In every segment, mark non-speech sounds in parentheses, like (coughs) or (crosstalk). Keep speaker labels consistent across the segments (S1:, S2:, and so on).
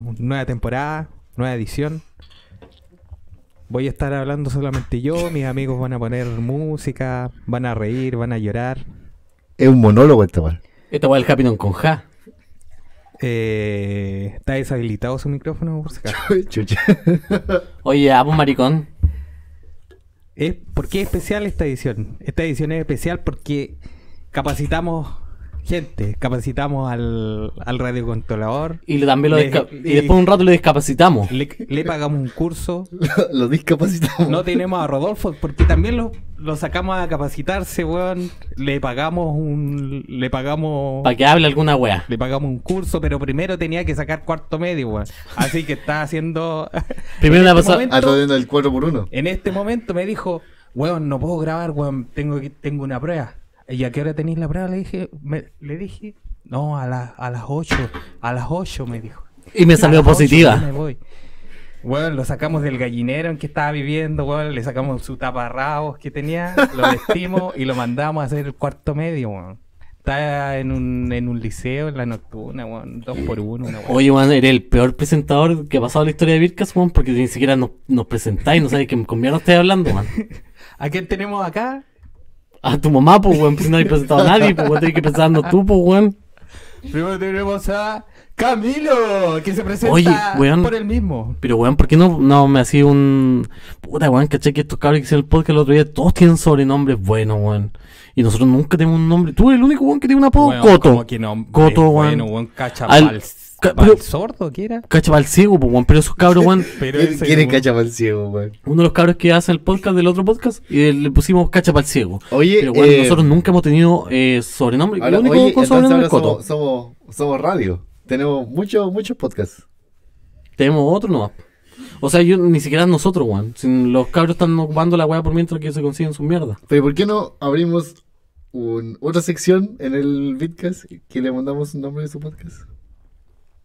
S1: nueva temporada, nueva edición. Voy a estar hablando solamente yo, mis amigos van a poner música, van a reír, van a llorar.
S2: Es un monólogo este esta (laughs) weá.
S3: Esta va el Happy con Ja.
S1: Eh, ¿Está deshabilitado su micrófono por si acaso?
S2: Chucha.
S3: Oye, a un maricón.
S1: Es- ¿Por qué es especial esta edición? Esta edición es especial porque capacitamos gente, capacitamos al, al radiocontrolador,
S3: Y lo- también lo
S1: Le-
S3: desca-
S1: le-
S3: Y después de un rato lo discapacitamos.
S1: le, le pagamos un curso,
S2: Lo
S1: (laughs)
S2: discapacitamos.
S1: no tenemos a Rodolfo porque también lo, lo sacamos a capacitarse, weón, le pagamos un... le pagamos...
S3: Para que hable alguna wea.
S1: Le pagamos un curso, pero primero tenía que sacar cuarto medio, weón. Así que está haciendo... (laughs)
S3: Primero una
S1: este
S3: pasada.
S1: momento-
S2: Atendiendo Ah, el 4x1.
S1: En este momento me dijo, weón, no puedo grabar, weón, tengo, que- tengo una prueba. ¿Y a qué hora tenéis la prueba? Le dije, me- le dije, no, a, la- a las 8, a las 8 me dijo.
S3: Y me
S1: "A
S3: salió
S1: las ocho yo
S3: positiva.
S1: Me voy. Weón, lo sacamos del gallinero en que estaba viviendo, weón, le sacamos su taparrabos que tenía, lo vestimos y lo mandamos a hacer el cuarto medio, weón. Está en un, en un liceo, en la nocturna, weón, dos por uno, una weón.
S3: Oye, weón, eres el peor presentador que ha pasado en la historia de Vircas, weón, porque ni siquiera nos, nos presentáis, no sabéis que con quién estoy hablando, weón.
S1: ¿A quién tenemos acá?
S3: A tu mamá, pues, weón, pues si no habéis presentado a nadie, pues, weón, tenés que pensando tú, pues, weón.
S1: Primero tenemos a Camilo, que se presenta
S3: Oye, weón.
S1: por el mismo.
S3: Pero, weón, ¿por qué no, no me hacía un. Puta, weón, caché que estos cabros que hicieron el podcast el otro día, todos tienen sobrenombres buenos, weón. Y nosotros nunca tenemos un nombre. Tú eres el único, weón, que tiene un apodo
S1: Weón,
S3: Uh, Coto.
S1: como que no-
S3: Coto,
S1: eh,
S3: weón.
S1: Bueno, weón, cacha
S3: Al-
S1: pa'l-
S3: ca-
S1: pa'l
S3: pero-
S1: sordo, que era.
S3: Cacha pa'l ciego, pues, weón. Pero esos cabros, weón.
S1: Pero
S2: ¿Quién,
S1: ese,
S2: quién es
S1: weón,
S2: cacha pa'l ciego, weón?
S3: Uno de los cabros que hace el podcast del otro podcast y le pusimos cacha pa'l ciego.
S2: Oye,
S3: Pero, weón,
S2: eh,
S3: nosotros nunca hemos tenido eh, sobrenombre.
S2: Ahora,
S3: el único
S2: oye,
S3: con
S2: entonces
S3: sobrenombre
S2: ahora
S3: es Coto.
S2: somos, somos, somos radio. Tenemos muchos, muchos podcasts.
S3: Tenemos otro, no. O sea, yo ni siquiera nosotros, weón. Si Los cabros están ocupando la weá por mientras que se consiguen sus mierdas.
S2: Pero ¿por qué no abrimos un- otra sección en el Bitcast que le mandamos un nombre de su podcast?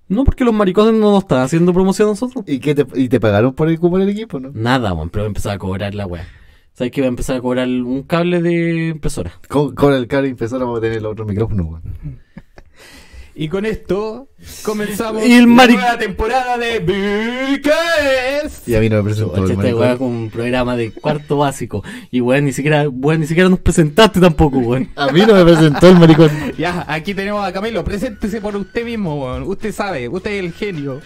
S3: No, porque los maricones no nos están haciendo promoción a nosotros.
S2: ¿Y, qué te, y te pagaron por el cupo en el equipo, no?
S3: Nada, weón, pero voy a empezar a cobrar la weá. ¿Sabes que Voy a empezar a cobrar un cable de impresora.
S2: Con, con el cable impresora vamos a tener el otro micrófono, weón.
S1: Y con esto comenzamos
S3: Y el mari-
S1: la nueva temporada de Vicas.
S2: Y a mí no me presentó el
S3: Esta weá
S2: maricón.
S3: con un programa de cuarto básico. Y weón, ni siquiera, weón, ni siquiera nos presentaste tampoco, weón.
S2: A mí no me presentó el maricón.
S1: Ya, aquí tenemos a Camilo. Preséntese por usted mismo, weón. Usted sabe, usted es el genio.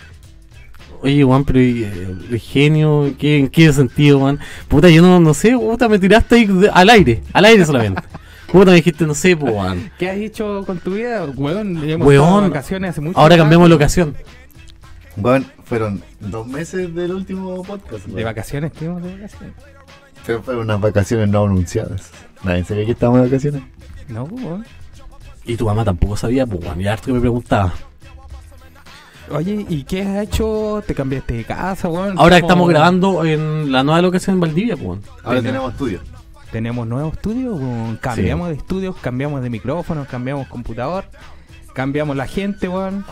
S3: Oye, weón, pero ¿y, eh, el genio, ¿qué, ¿en qué sentido, weón? Puta, yo no, no sé, puta, me tiraste ahí de- al aire, al aire
S1: (laughs)
S3: solamente. Puta, me dijiste, no sé, pues, po, weón.
S1: ¿Qué has hecho con tu vida, weón? Hemos estado de
S3: Weón,
S1: vacaciones hace mucho
S3: ahora
S1: tiempo.
S3: cambiamos la ocasión.
S2: Bueno, fueron dos meses del último podcast,
S1: De
S2: weón.
S1: vacaciones, estuvimos de vacaciones.
S2: Pero fueron unas vacaciones no anunciadas. Nadie sabía que estábamos de vacaciones.
S1: No, weón.
S3: Y tu mamá tampoco sabía, pues, weón, y harto que me preguntaba.
S1: Oye, ¿y qué has hecho? ¿Te cambiaste de casa, weón?
S3: Ahora
S1: ¿Cómo-
S3: estamos grabando en la nueva locación en Valdivia, pues, weón.
S2: Ahora
S1: Tenemos-
S2: tenemos estudio.
S1: Tenemos nuevo estudio, weón. Cambiamos de estudios, cambiamos de micrófonos, cambiamos computador, cambiamos la gente, weón.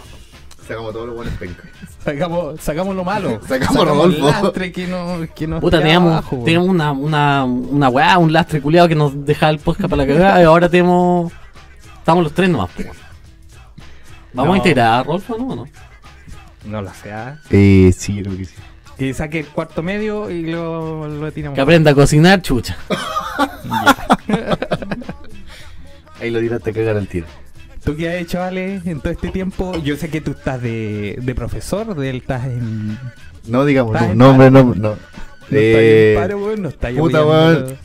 S2: Sacamos todos los buenos pencas.
S1: Sacamos, sacamos lo malo.
S2: (laughs) Sacamos Rodolfo.
S1: el lastre que no, que nos
S3: Puta,
S1: tira
S3: teníamos,
S1: abajo, pues. weón.
S3: teníamos una, una, una weá, un lastre culiado que nos dejaba el podcast para la cagada y ahora tenemos. Estamos los tres nomás, po. Vamos
S1: No.
S3: a integrar a Rolfo, ¿no? ¿O ¿no?
S1: No lo sea.
S2: Eh, sí, yo creo que sí.
S1: Que saque el cuarto medio y lo, lo tiramos.
S3: Que aprenda a cocinar, chucha.
S2: Ahí lo tiraste a cagar al tiro.
S1: ¿Tú qué has hecho, Ale, en todo este tiempo? Yo sé que tú estás de, de profesor, de él estás en.
S2: No digamos,
S1: Está
S2: no,
S1: en
S2: no,
S1: paro.
S2: hombre, no, no.
S1: No
S2: Eh,
S1: estás en paro, weón, no estás
S2: puta,
S1: apoyando
S2: weón.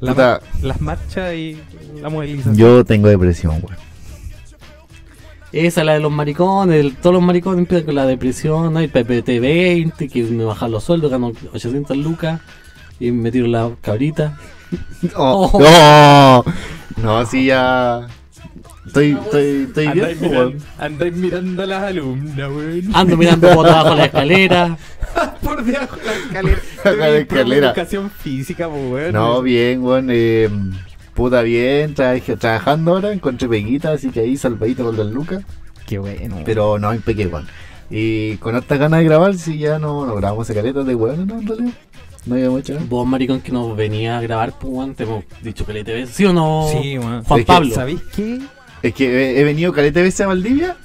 S1: la-
S2: Puta.
S1: Las marchas y la movilización.
S2: yo tengo depresión, weón.
S3: Esa la de los maricones, el- todos los maricones empiezan con la depresión, ¿no? el PPT-20, que me bajan los sueldos, gano 800 lucas y me tiro la cabrita.
S2: Oh, No, (laughs) no, sí, ya. Estoy, estoy, estoy bien,
S1: Andáis mirando,
S2: weón.
S1: andáis mirando a las alumnas, weón.
S3: Ando mirando por debajo de la escalera.
S1: (laughs) Por debajo de la escalera.
S2: Baja la
S1: Estoy en pro
S2: escalera.
S1: Educación física, pues, weón.
S2: No, bien, weón. Eh, puta, bien. traje- trabajando ahora, encontré peguita, así que ahí salvadito con las lucas.
S1: Qué bueno.
S2: Pero no, impeque, weón. Y con hartas ganas de grabar, si ya no, no grabamos caletas de weón, no, en realidad. No habíamos hecho nada.
S3: Vos, maricón, que nos venía a grabar, pues, weón, te hemos dicho que le te ves, ¿sí o no?
S1: Sí, weón.
S3: Juan
S2: Es que
S3: Pablo.
S1: ¿Sabéis qué?
S2: Es que he, he venido caleta de veces a Valdivia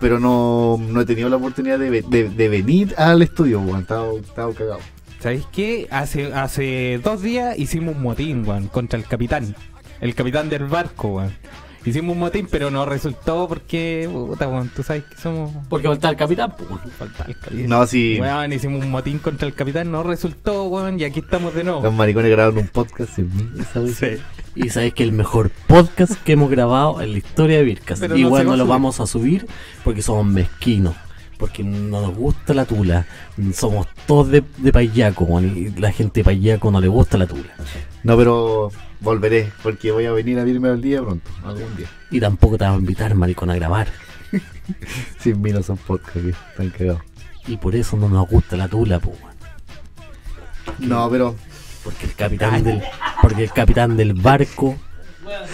S2: pero no, no he tenido la oportunidad de, ve- de- de venir al estudio, weón. Estaba, estaba cagado.
S1: ¿Sabéis qué? Hace, hace dos días hicimos un motín, weón, contra el capitán. El capitán del barco, weón. Hicimos un motín, pero no resultó porque, puta, weón, tú sabes que somos...
S3: Porque falta el capitán, pues. weón.
S1: Falta el capitán.
S2: No, si
S1: Weón, hicimos un motín contra el capitán, no resultó, weón, y aquí estamos de
S2: los
S1: nuevo.
S2: maricones grabaron un podcast sin mí.
S3: Esa vez.
S1: Sí.
S3: Y sabéis que el mejor podcast que hemos grabado en la historia de Vircas.
S1: Pero no
S3: Igual
S1: se va
S3: no
S1: a
S3: lo
S1: subir.
S3: vamos a subir porque somos mezquinos. Porque no nos gusta la tula. Somos todos de, de payaco, weón, y la gente de payaco no le gusta la tula.
S2: No, pero volveré, porque voy a venir a verme al día pronto, algún día.
S3: Y tampoco te van a invitar, maricón, a grabar.
S2: Sin mí no son podcasts, weón. están cagados.
S3: Y por eso no nos gusta la tula, po, weón.
S2: No, pero
S3: Porque el capitán del. Porque el capitán del barco.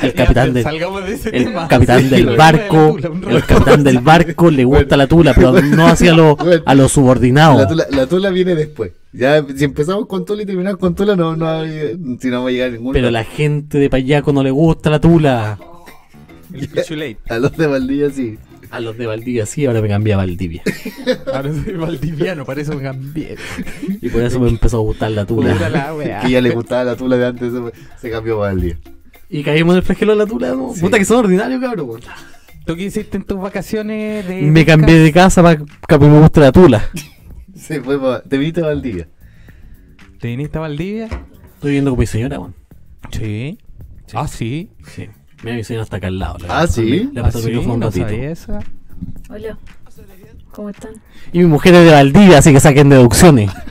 S3: El capitán del.
S1: Salgamos de ese (laughs)
S3: El
S1: tema.
S3: capitán
S1: Sí,
S3: del
S1: weón.
S3: barco,
S1: Un
S3: el capitán del barco le gusta la tula, pero no hacia lo, a los
S2: la
S3: subordinados.
S2: tula, la tula viene después. Ya, si empezamos con tula y terminamos con tula, no, no, hay- si no va a llegar ninguno.
S3: Pero la gente de Payaco no le gusta la tula.
S1: (laughs) El Pichulate.
S2: A los de Valdivia (laughs) sí.
S3: A los de Valdivia sí, ahora me cambié a Valdivia.
S1: Ahora soy valdiviano, para eso me cambié.
S3: (laughs) Y por eso me empezó a gustar la
S1: Puta
S3: tula.
S1: la weá.
S2: Que ya le gustaba la tula de antes, se, fue- se cambió para Valdivia.
S3: Y caímos en el flagelo de la tula. ¿no? Puta que son ordinarios, cabrón. weón.
S1: ¿Tú qué hiciste en tus vacaciones de.?
S3: Me cambié de casa para que me guste la tula.
S2: Se fue para. Te viniste a Valdivia. (laughs)
S1: ¿Te viniste a Valdivia?
S3: (laughs) Estoy viviendo con mi señora, weón.
S1: Sí. Ah, sí.
S3: Sí. Mira, mi señora está acá al lado. le
S2: Ah,
S3: paso
S2: ¿sí?
S3: el- Le
S1: Ah,
S3: pasó el
S1: sí,
S3: micrófono un
S1: no
S3: ratito.
S1: sabía
S3: (laughs)
S1: esa.
S4: Hola, ¿cómo están?
S3: Y mi mujer es de Valdivia, así que saquen (laughs) deducciones.
S2: (laughs)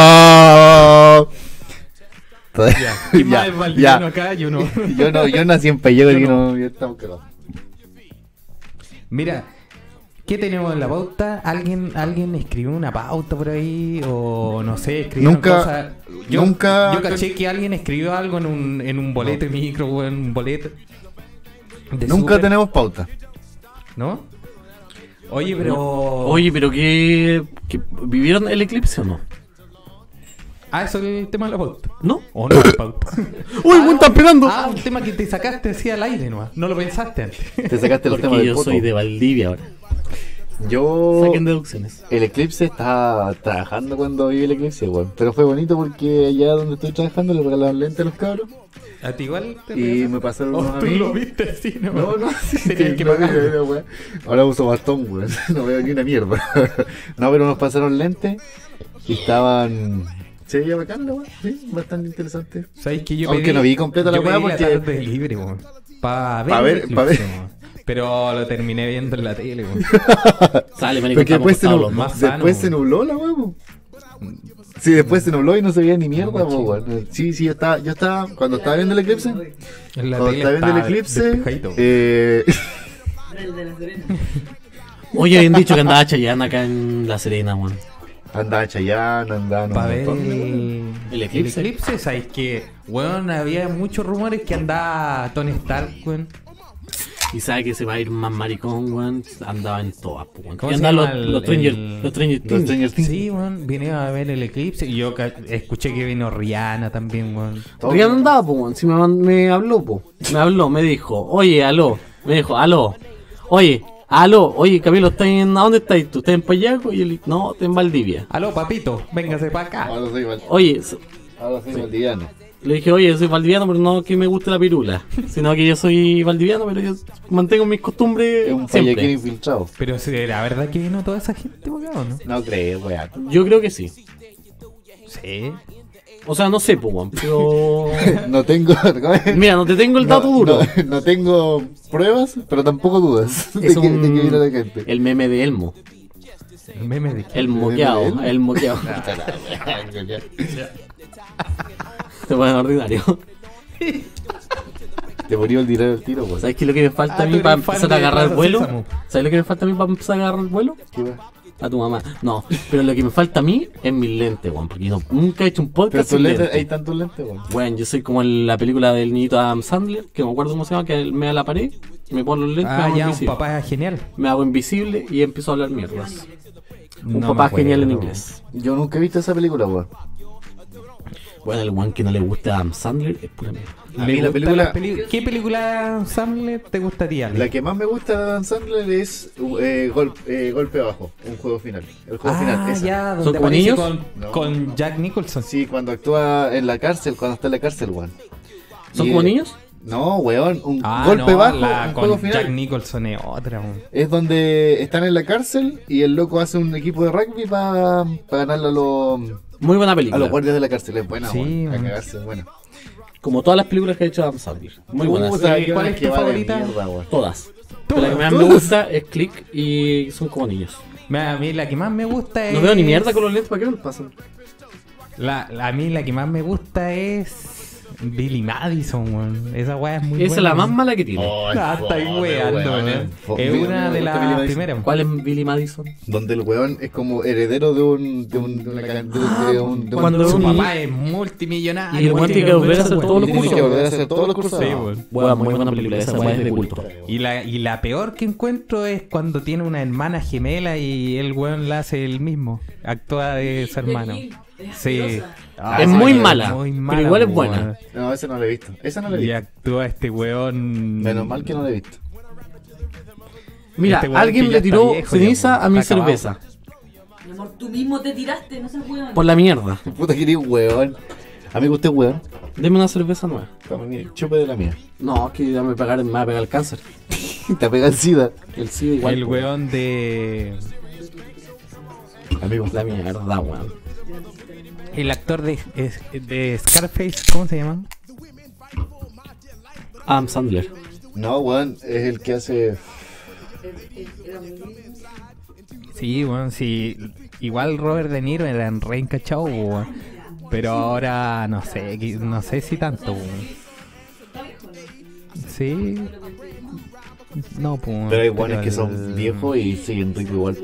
S2: Oh.
S1: Ya. Y más
S2: Ya,
S1: es valdiviano
S2: ya.
S1: acá y uno.
S2: Yo no, yo nací en Pellego y no, yo estaba cagado.
S1: (laughs) Mira, ¿qué tenemos en la pauta? ¿Alguien, alguien escribió una pauta por ahí? O no sé, escribió
S2: Nunca-
S1: cosas. Yo,
S2: nunca-
S1: Yo caché que alguien escribió algo en un, en un boleto de micro, o en un boleto. de
S2: Nunca
S1: súper,
S2: tenemos pauta.
S1: ¿No? Oye, pero.
S3: Oye, pero que, ¿Vivieron el eclipse o no?
S1: Ah, eso es el tema de la pauta.
S3: ¿No?
S1: ¿O
S3: (coughs)
S1: no la pauta?
S3: ¡Uy, me están pegando!
S1: Ah, un tema que te sacaste así al aire nomás. No lo pensaste antes.
S2: Te sacaste los temas
S3: Porque
S2: del
S3: yo
S2: poto.
S3: soy de Valdivia ahora.
S2: Yo.
S3: Saquen deducciones.
S2: El eclipse estaba trabajando cuando viví el eclipse, weón. Pero fue bonito porque allá donde estoy trabajando le regalaron lentes a los cabros.
S1: A ti igual te
S2: Y
S1: pegas?
S2: me pasaron
S1: Oh,
S2: unos a
S1: tú
S2: mí.
S1: lo viste así, ¿no?
S2: No,
S1: (laughs)
S2: no, (laughs) sí,
S1: Tenías que
S2: no,
S1: pagar.
S2: mira, mira, weón. Ahora uso bastón, weón. (laughs) No veo ni una mierda. (laughs) No, pero nos pasaron lentes y estaban. Se veía bacán, la weón. Sí, bastante interesante.
S1: ¿Sabes que yo
S2: Aunque
S1: pedí-
S2: no vi completa la
S1: yo
S2: weá
S1: pedí
S2: porque-
S1: tarde libre, weón. Para ver.
S2: Pa' ver-
S1: Netflix,
S2: pa' ver.
S1: weón. Pero lo terminé viendo en la tele,
S2: (laughs)
S1: weón.
S3: Sale, marico,
S2: Porque
S3: estamos
S2: después, se,
S3: acostados
S2: nubló-
S3: los dos.
S1: más
S2: después
S1: sanos,
S2: se nubló la weón. Sí, después se nubló y no se veía ni mierda,
S1: No,
S2: weón. Sí, sí, yo estaba, yo estaba, cuando estaba viendo el eclipse,
S1: En la tele
S2: cuando estaba viendo el
S1: estaba
S2: eclipse,
S1: despejadito, weón.
S2: eh, (laughs)
S3: Oye, habían dicho que andaba Chayanne acá en La Serena, weón.
S2: Andaba Chayanne, andaban un
S1: Para ver
S2: montón de weones.
S1: el,
S3: El eclipse.
S1: el eclipse, ¿sabes que Weón, había muchos rumores que andaba Tony Stark, weón.
S3: Y sabe que se va a ir más maricón, weón. Andaba en todas, po, weón.
S1: ¿Cómo
S3: Y
S1: se
S3: andaban los,
S1: llama el-
S3: los Stranger,
S1: el-
S3: los Stranger
S2: Los
S3: Things.
S2: Stranger Things.
S1: Sí, weón, vine a ver el eclipse. Y yo ca- escuché que vino Rihanna también, weón.
S2: Todo.
S3: Rihanna andaba, po, weón. Si me, man- me habló, po. Me habló, me dijo, oye, aló. Me dijo, aló. Oye, aló. Oye, Camilo, ¿estás en, ¿a dónde estáis tú? ¿Estás en Payaco? Y él, no, estoy en Valdivia.
S1: Aló, papito, véngase para acá.
S2: Ahora soy, val-
S3: Oye, s-
S2: ahora soy valdiviano.
S3: le dije, oye, soy valdiviano, pero no que me guste la pirula. Sino que yo soy valdiviano, pero yo mantengo mis costumbres
S2: Es un payaquín
S3: siempre.
S2: infiltrado.
S1: Pero si la verdad que vino toda esa gente, weón, ¿o ¿no?
S2: No crees, weá.
S3: Yo creo que sí.
S1: Sí.
S3: O sea, no sé, po, weón,
S1: (laughs)
S3: pero...
S2: No tengo. (laughs)
S3: Mira, no te tengo el dato
S2: no,
S3: duro.
S2: No, no tengo pruebas, pero tampoco dudas de
S3: Es
S2: que, de que
S3: un-
S2: vino la gente.
S3: El meme de Elmo.
S1: El meme de
S2: meme
S3: El
S2: de Elmo?
S3: moqueado.
S1: (laughs)
S3: El moqueado. Te ponen ordinario.
S2: (laughs) Te murió el dinero al tiro, weón.
S3: ¿Sabes qué es lo que me falta
S1: Ah,
S3: a
S1: tú
S3: mí
S1: eres
S3: para
S1: fan
S3: empezar
S1: de
S3: a agarrar el
S1: Plaza
S3: vuelo?
S1: Sésamo.
S3: ¿Sabes lo que me falta a mí para empezar a agarrar el vuelo?
S2: ¿Qué weá?
S3: A tu mamá. No, pero lo que me falta a mí es mis lentes, weón. Porque yo no- nunca he hecho un
S2: Pero
S3: podcast
S2: tus
S3: sin
S2: lentes,
S3: lentes.
S2: hay tantos lentes, weón.
S3: Bueno, yo soy como en la película del niñito Adam Sandler, que no me acuerdo cómo se llama, que él me da la pared, me pone los lentes, me,
S1: Ah,
S3: hago
S1: ya, un
S3: invisible.
S1: papá genial.
S3: me hago invisible y empiezo a hablar mierdas. Un
S1: No me
S3: papá genial en
S1: acuerdo.
S3: inglés.
S2: Yo nunca he visto esa película, weón.
S3: Bueno, el one que no le gusta a Adam Sandler es pura mierda.
S2: A
S1: ¿Le
S2: mí la
S1: gustan
S2: película-
S1: las peli- ¿Qué película Samlet te gustaría? Ale?
S2: La que más me gusta de Adam Sandler es eh, gol- eh, Golpe Abajo, un juego final. El juego final,
S1: ah,
S2: esa.
S1: ya,
S3: ¿Son
S1: donde
S3: como
S1: aparece
S3: niños?
S1: con,
S2: No.
S1: con Jack Nicholson.
S2: Sí, cuando actúa en la cárcel, cuando está en la cárcel, weón.
S3: ¿Son
S2: Y,
S3: como
S2: eh,
S3: niños?
S2: No, weón, un
S1: Ah,
S2: golpe
S1: no,
S2: bajo,
S1: la
S2: un
S1: con
S2: juego final.
S1: Jack Nicholson es otra. weón.
S2: Es donde están en la cárcel y el loco hace un equipo de rugby para ganarle a los,
S3: Muy buena película.
S2: a los guardias de la cárcel. Es buena,
S1: Sí,
S2: weón. A
S1: weón.
S2: cagarse, es buena.
S3: Como todas las películas que ha hecho Adam Sandler. Muy buenas.
S2: Puta,
S1: Sí,
S2: qué
S1: ¿cuál
S2: buena
S1: es tu
S2: que va de
S1: favorita?
S2: mierda, weón.
S3: Todas. Pero la que
S1: Todas.
S3: más me gusta es Click y son como niños.
S1: Mira, A mí la que más me gusta es.
S3: No veo ni mierda con los lentes, ¿para qué me los pasan?
S1: La, la- a mí la que más me gusta es. Billy Madison, weón. Esa weá es muy
S3: Esa es
S1: buena.
S3: la más mala que tiene.
S2: Ay,
S1: Ah,
S2: joder,
S1: estáis weando,
S2: weón.
S1: weón.
S2: Fo-
S1: Es
S2: Mira,
S1: una de
S2: me gusta Billy
S1: las
S2: Madison.
S1: primeras.
S3: ¿Cuál es Billy Madison?
S2: Donde el weón es como heredero de un. de un. de una ca- de un- de un- de un-
S3: cuando-
S1: Su
S3: Sí.
S1: papá es multimillonario.
S3: Y el guante que volver a hacer
S1: weón.
S3: todos los
S2: Tiene
S3: cursos.
S2: que volver a hacer todos los cursos.
S1: Sí, weón.
S3: Bueno, muy buena película, esa weá es de culto.
S1: Y la, y la peor que encuentro es cuando tiene una hermana gemela y el weón la hace el mismo. Actúa de su hermano. Sí.
S2: Ah,
S3: es
S2: esa
S3: muy
S2: no la he
S3: mala,
S1: Muy
S3: pero
S1: mala,
S3: igual es
S1: weón.
S3: buena.
S2: visto. No, esa no la he visto. Esa no la he
S1: Y
S2: visto.
S1: actúa este weón.
S2: Menos mal que no la he visto.
S3: Mira,
S1: Este weón
S3: alguien
S1: que ya
S3: le
S1: está
S3: tiró
S1: viejo, ya,
S3: ceniza
S1: weón.
S3: a mi
S1: Está acabado.
S3: cerveza.
S5: Mi amor, tú mismo te tiraste, no seas weón.
S3: Por la mierda.
S2: Puta que eres weón. Amigo, usted es weón.
S3: Deme una cerveza nueva.
S2: Toma, mira, Chupe de la mía.
S3: No, es que ya me, pegar, me va a pegar el cáncer.
S2: (laughs) Te pega el SIDA.
S3: El SIDA igual.
S1: El
S3: po.
S1: weón de.
S2: Amigo,
S3: La mierda, weón.
S1: El actor de, es- de Scarface, ¿cómo se llama?
S3: Adam Sandler.
S2: No, weón, es el que hace.
S1: Sí, weón, sí. Igual Robert De Niro era en reencachado, weón. Pero ahora no sé, qui- no sé si tanto, weón. Sí. No, pues.
S2: Pero hay weones que
S1: el-
S2: son viejos y siguen rico igual.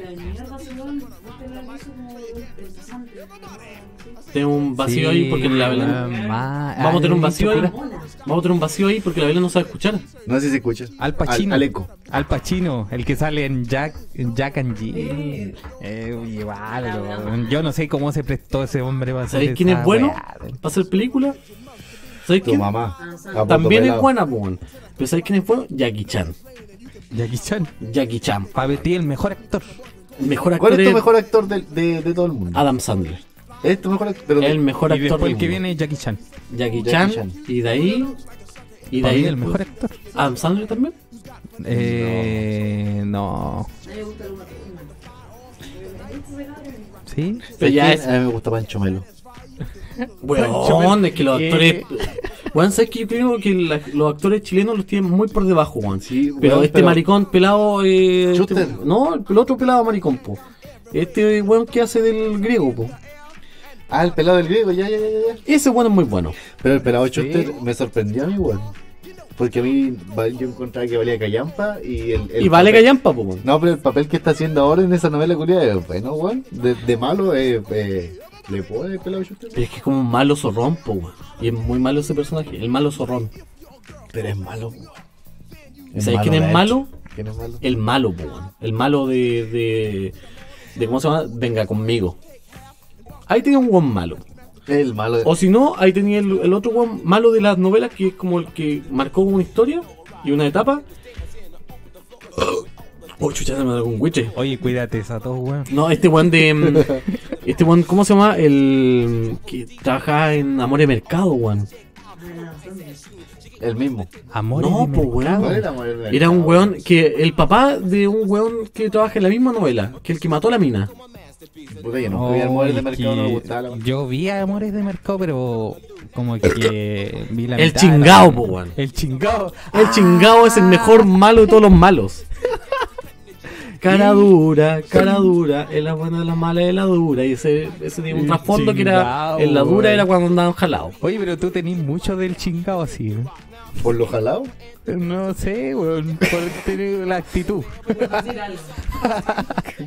S3: Tengo un vacío
S1: Sí,
S3: ahí porque la vela.
S1: weón, ma-
S3: Vamos a tener un vacío ahí.
S1: pura-
S3: Vamos a tener un vacío ahí porque la vela no sabe escuchar.
S2: No sé si se escucha.
S1: Al Pacino.
S2: Al, Eco.
S1: Al Pacino, el que sale en Jack, en Jack and Jill. Eh, uy, igual, weón. Yo no sé cómo se prestó ese hombre para hacer
S3: ¿Sabéis quién
S1: esa
S3: es bueno
S1: weá.
S3: para hacer película? ¿Sabéis
S2: Tu
S3: quién?
S2: mamá. a punto
S3: Ah, También es
S2: pelado.
S3: buena, po, weón. Pero ¿sabéis quién es bueno? Jackie Chan.
S1: Jackie Chan.
S3: Jackie Chan.
S1: Para ti, el mejor actor.
S3: El mejor actor
S2: ¿Cuál es tu
S3: es
S2: mejor actor de, de, de todo el mundo?
S3: Adam Sandler.
S2: Es tu mejor actor. Pero
S3: El mejor
S1: Y
S3: actor
S1: después el
S3: del
S1: que
S3: mundo.
S1: viene es Jackie Chan.
S3: Jackie
S2: Jackie
S3: Chan.
S2: Chan.
S3: Y de ahí. Y de
S1: Para
S3: ahí.
S1: mí, el mejor
S3: después.
S1: actor.
S3: Adam Sandler también.
S1: Eh, no. ¿Sí?
S3: Pero ya es.
S2: A mí me gusta Pancho Melo.
S3: Weón, es que los
S1: Eh.
S3: actores. Weón, sabes que yo creo que la- los actores chilenos los tienen muy por debajo, weón.
S2: Sí,
S3: pero
S2: weón,
S3: este
S2: pero-
S3: maricón pelado. eh, este-
S2: Schuster.
S3: no, el otro pelado maricón, po. Este weón que hace del griego, po.
S2: Ah, el pelado del griego, ya, ya, ya, ya, ya.
S3: Ese weón es muy bueno.
S2: Pero el pelado Schuster me sorprendió a mí, weón. Porque a mí va- yo encontraba que valía callampa y el. el
S3: y vale
S2: papel-
S3: callampa, po. weón.
S2: No, pero el papel que está haciendo ahora en esa novela culiada es bueno, weón. De, de malo, eh, eh, ¿le puedo el pelado Schuster?
S3: Pero es que es como un malo zorrón, po, weón. Y es muy malo ese personaje, el malo zorrón.
S2: Pero es malo, weón.
S3: ¿Sabes quién es
S2: de
S3: malo?
S2: hecho. ¿Quién es malo?
S3: El malo, po, weón. El malo de, de. de. ¿Cómo se llama? Venga conmigo. Ahí tiene un weón malo.
S2: El malo.
S3: O si no, ahí tenía el, el otro weón malo de las novelas, que es como el que marcó una historia y una etapa. Oh, chucha, se me algún guiche.
S1: Oye, cuídate, esa tos, weón.
S3: No, este weón de. mm, Este weón, ¿cómo se llama? El. que trabajaba en Amor de Mercado, weón.
S2: El mismo.
S1: Amor
S3: No,
S1: dime.
S3: pues weón.
S2: ¿Cuál era, weón?
S3: Era un weón que. El papá de un weón que trabaja en la misma novela, que el que mató a la mina.
S2: Puta, yo nunca vi
S3: Oh,
S2: al mover de
S1: Oye,
S2: mercado, no me gustaba la
S1: Yo vi Amores de Mercado, pero como que vi la
S3: El
S1: mitad de la-
S3: chingao, po, weón.
S1: El chingao.
S3: El
S1: Ah,
S3: chingado es el mejor malo de todos los malos. Cara dura, cara dura, es la buena de la mala es la dura. Y ese, ese tiene un
S1: El
S3: trasfondo que era.
S1: Mm, chingao,
S3: En la dura
S1: weón.
S3: era cuando andaban jalados.
S1: Oye, pero tú tenés mucho del chingao así. ¿eh?
S2: ¿Por lo jalado? (laughs)
S1: No sé, weón. Por tener la actitud.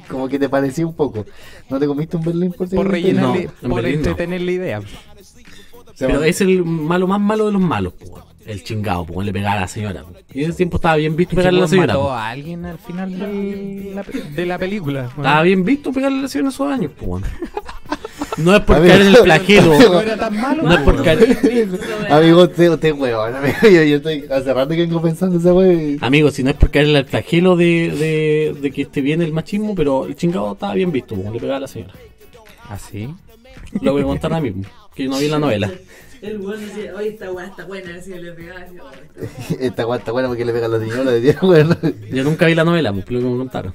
S2: Como que te parecía un poco. ¿No te comiste un Berlín por si
S1: Por rellenarle,
S3: en
S1: por
S3: Berlín no.
S1: entretener la idea.
S2: Se
S3: Pero
S2: mandó-
S3: es el malo más malo de los malos, po, weón. El chingado, po, le pegaba a la señora. po. Y en ese tiempo estaba bien visto pegarle a la
S1: Ese weón
S3: señora.
S1: mató
S3: po.
S1: a alguien al final de la, de la película. weón.
S3: Ah, Estaba bien visto pegarle a la señora en esos años, po, weón. No es
S2: (laughs)
S3: por
S2: Amigo.
S3: caer en el
S1: (laughs)
S3: flagelo.
S1: No era tan malo.
S3: No es por caer.
S2: Amigo, te, te huevón, amigo. (laughs) Yo, yo estoy hace rato que vengo pensando esa wey.
S3: Amigo, si no es por caer en el flagelo de, de, de que esté bien el machismo, pero el chingado estaba bien visto, po, le pegaba a la señora.
S1: Así.
S3: Lo voy a contar ahora mismo, que yo no vi la novela.
S5: El weón decía, oye, esta weá está buena, así le pegaba. así, "Oh, esta weá".
S2: Esta weá está buena porque le pega a la señora de día, weón.
S3: Yo nunca vi la novela, pues, pero lo que me contaron.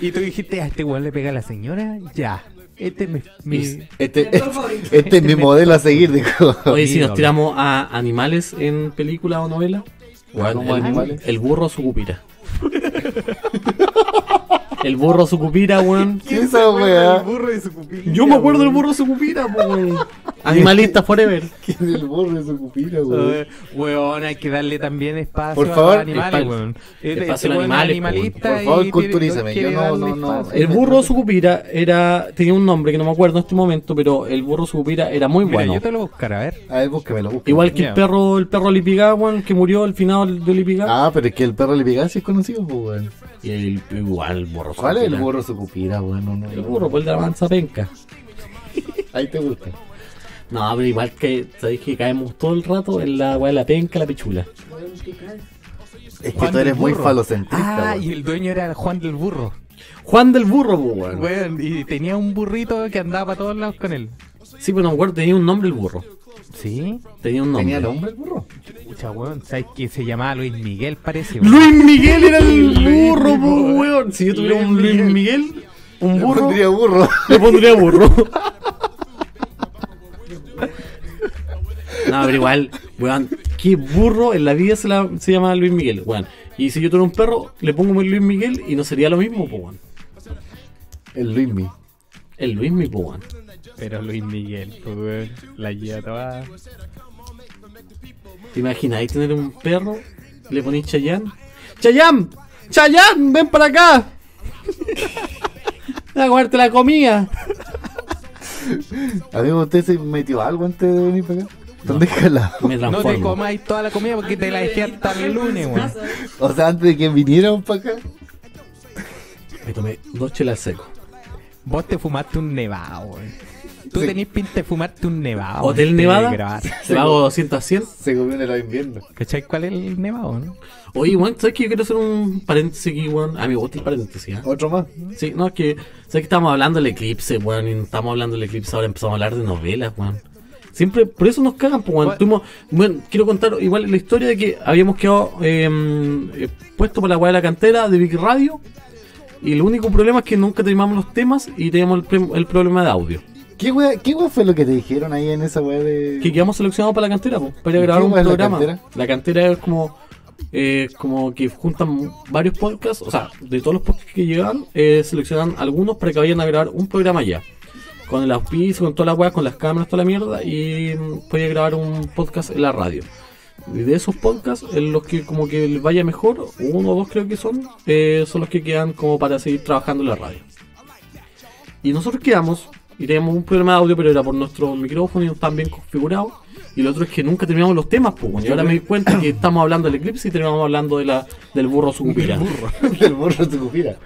S1: Y tú dijiste, a este igual le pega a la señora, ya. Este es mi- mi...
S2: Este,
S5: Mi
S2: este, (laughs)
S5: actor favorito.
S2: este es mi modelo a seguir, dijo.
S3: Oye, si nos
S1: Ídolo.
S3: tiramos a animales en película o novela,
S2: Bueno,
S3: el,
S2: animales.
S3: el burro sucupira. el burro sucupira, weón.
S2: ¿Qué esa weá?
S1: burro de su pupila.
S3: Yo me acuerdo del burro sucupira, po, weón. Animalista forever.
S2: ¿Quién es el burro de su cupira, weón?
S1: uh, Weón, hay que darle también espacio
S2: Por favor,
S1: a los animales,
S3: espacio-
S1: weón. Este-
S3: espacio
S1: este
S3: a los
S1: weón es
S3: animales,
S1: animalista
S2: pues, por
S1: y
S2: favor,
S1: tiene-
S2: culturízame,
S1: quiere
S2: yo no-
S1: darle
S2: no- no-
S1: espacio.
S3: El burro sucupira era tenía un nombre que no me acuerdo en este momento, pero el burro sucupira era muy
S1: Mira,
S3: bueno.
S1: yo te lo buscaré, a ver.
S2: A ver, búscamelo, búscamelo.
S3: Igual que
S1: Ya.
S3: el perro, el perro Lipigá, weón, que murió al final de Lipigá.
S2: Ah, pero es que el perro le pegaba si es conocido, pues, weón.
S3: Ah, Y el, igual el burro
S2: ¿Cuál es el
S3: sucupira.
S2: burro de su cupira, weón? No, no,
S3: El
S2: no.
S3: burro, pues el de la manza penca.
S2: Ahí te gusta.
S3: No, pero igual que, ¿sabéis que caemos todo el rato en la weá de la penca, la pichula?
S2: Es que tú eres muy
S1: Ah,
S2: falocentrista, weón.
S1: y el dueño era Juan del Burro.
S3: Juan del burro, pues, weón.
S1: Weón, y tenía un burrito que andaba para todos lados con él.
S3: Sí, pero no me acuerdo, tenía un nombre el burro.
S1: ¿Sí?
S3: Tenía un nombre.
S2: ¿Tenía nombre el (laughs) burro?
S1: Pucha, weón, ¿sabes que se llamaba Luis Miguel, parece? weón?
S3: Luis Miguel era el
S1: Luis
S3: burro, po,
S1: Miguel.
S3: weón. Si yo tuviera
S1: Luis
S3: un Luis
S1: Miguel.
S3: Miguel, un
S2: Le
S3: burro,
S2: pondría burro.
S3: le pondría burro. No, pero igual, weón, qué burro en la vida se, la, se llama Luis Miguel, weón. Y si yo tuviera un perro, le pongo mi Luis Miguel y no sería lo mismo, po, weón.
S2: El Luismi.
S3: El Luis mi, po, weón.
S1: Pero Luis Miguel, pues, weón, la guía toda.
S3: ¿Te imagináis tener un perro? y Le ponéis Chayán. ¡Chayán! ¡Chayán! ¡Ven para acá! (laughs) ¡A guardarte la comida!
S2: Amigo, ¿usted se metió algo antes de venir para acá? ¿Dónde jala?
S3: Me
S1: No te
S3: transformo.
S1: comáis toda la comida porque te la dejé hasta el lunes, weón.
S2: O sea, antes de que vinieran para acá.
S3: me tomé dos chelas seco.
S1: Vos te fumaste un nevado, weón. Tú
S2: Sí.
S1: tenés pinta de fumarte un nevado. antes
S3: Hotel
S1: de
S3: Nevada.
S1: grabar.
S3: Se pago 200 a 100.
S2: Se comió en el invierno.
S1: ¿Cachai cuál es el nevado, no?
S3: Oye, weón, ¿sabes que yo quiero hacer un paréntesis aquí, weón? A mí me gusta el paréntesis, ¿ah?
S2: Otro más.
S3: Sí, no, es que. ¿Sabes que estamos hablando del eclipse, weón? Y no estamos hablando del eclipse, ahora empezamos a hablar de novelas, weón. Siempre, por eso nos cagan, pues, weón.
S1: Bueno.
S3: Tuvimos- bueno, quiero contar igual la historia de que habíamos quedado eh, eh, puesto para la weá de la cantera de Big Radio. Y el único problema es que nunca terminamos los temas y teníamos el, pre- el problema de audio.
S2: ¿Qué wea, ¿Qué wea fue lo que te dijeron ahí en esa wea de.?
S3: Que quedamos seleccionados para la cantera, po, para ir a
S2: ¿Y
S3: grabar
S2: qué
S3: un
S2: weá es la
S3: programa. La
S2: cantera?
S3: cantera, es como eh, como que juntan varios podcasts, o sea, de todos los podcasts que llegan, eh, seleccionan algunos para que vayan a grabar un programa ya. Con el auspicio, con toda la weas, con las cámaras, toda la mierda, y mm, podía grabar un podcast en la radio. Y de esos podcasts, en los que como que les vaya mejor, uno o dos creo que son, eh, son los que quedan como para seguir trabajando en la radio. Y nosotros quedamos, y teníamos un problema de audio, pero era por nuestro micrófono y no estaban bien configurados. Y lo otro es que nunca terminamos los temas, pues. Y ahora me di cuenta que estamos hablando del eclipse y terminamos hablando de la, del burro sucupira.
S2: del burro (laughs) de tu cupira.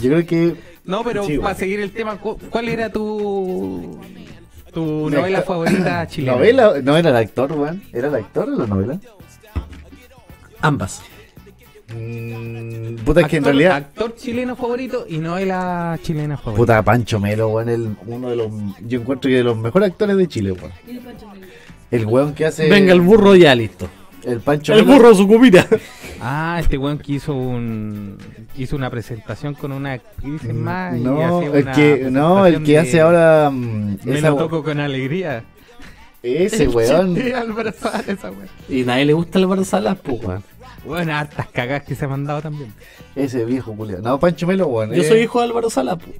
S2: Yo creo que.
S1: No, pero
S2: Sí,
S1: para
S2: weón.
S1: seguir el tema, cu- ¿cuál era tu tu
S2: Me
S1: novela
S2: está-
S1: (coughs)
S2: (clears throat)
S1: favorita chilena?
S2: ¿Novela? No era el actor, weón. ¿Era el actor o la novela?
S3: Ambas.
S2: Mm, puta, es que en
S1: Actor-
S2: realidad.
S1: Actor chileno favorito y novela chilena favorita.
S2: Puta, Pancho Melo, weón. el- Uno de los. Yo encuentro que de los mejores actores de Chile, weón. El weón que hace.
S3: Venga, el burro ya listo.
S2: el Pancho
S3: El
S2: Melo.
S3: burro sucupira.
S1: Ah, este weón que hizo un hizo una presentación con una actriz
S2: Mm,
S1: más y
S2: No,
S1: hacía
S2: el
S1: una
S2: que, no, el
S1: presentación
S2: que
S1: de-
S2: hace ahora. mm,
S1: Me
S2: esa
S1: lo
S2: we-
S1: toco con alegría.
S3: (laughs)
S2: ese
S1: (laughs)
S2: weón.
S1: Sí, Álvaro Salas, esa weón.
S3: Y nadie le gusta Álvaro Salas, pues, weón.
S1: Bueno, hartas cagas que se me han dado también.
S2: Ese viejo culiado. No, Pancho Melo, weón.
S3: Yo
S2: eh,
S3: soy hijo de Álvaro Salas, pues.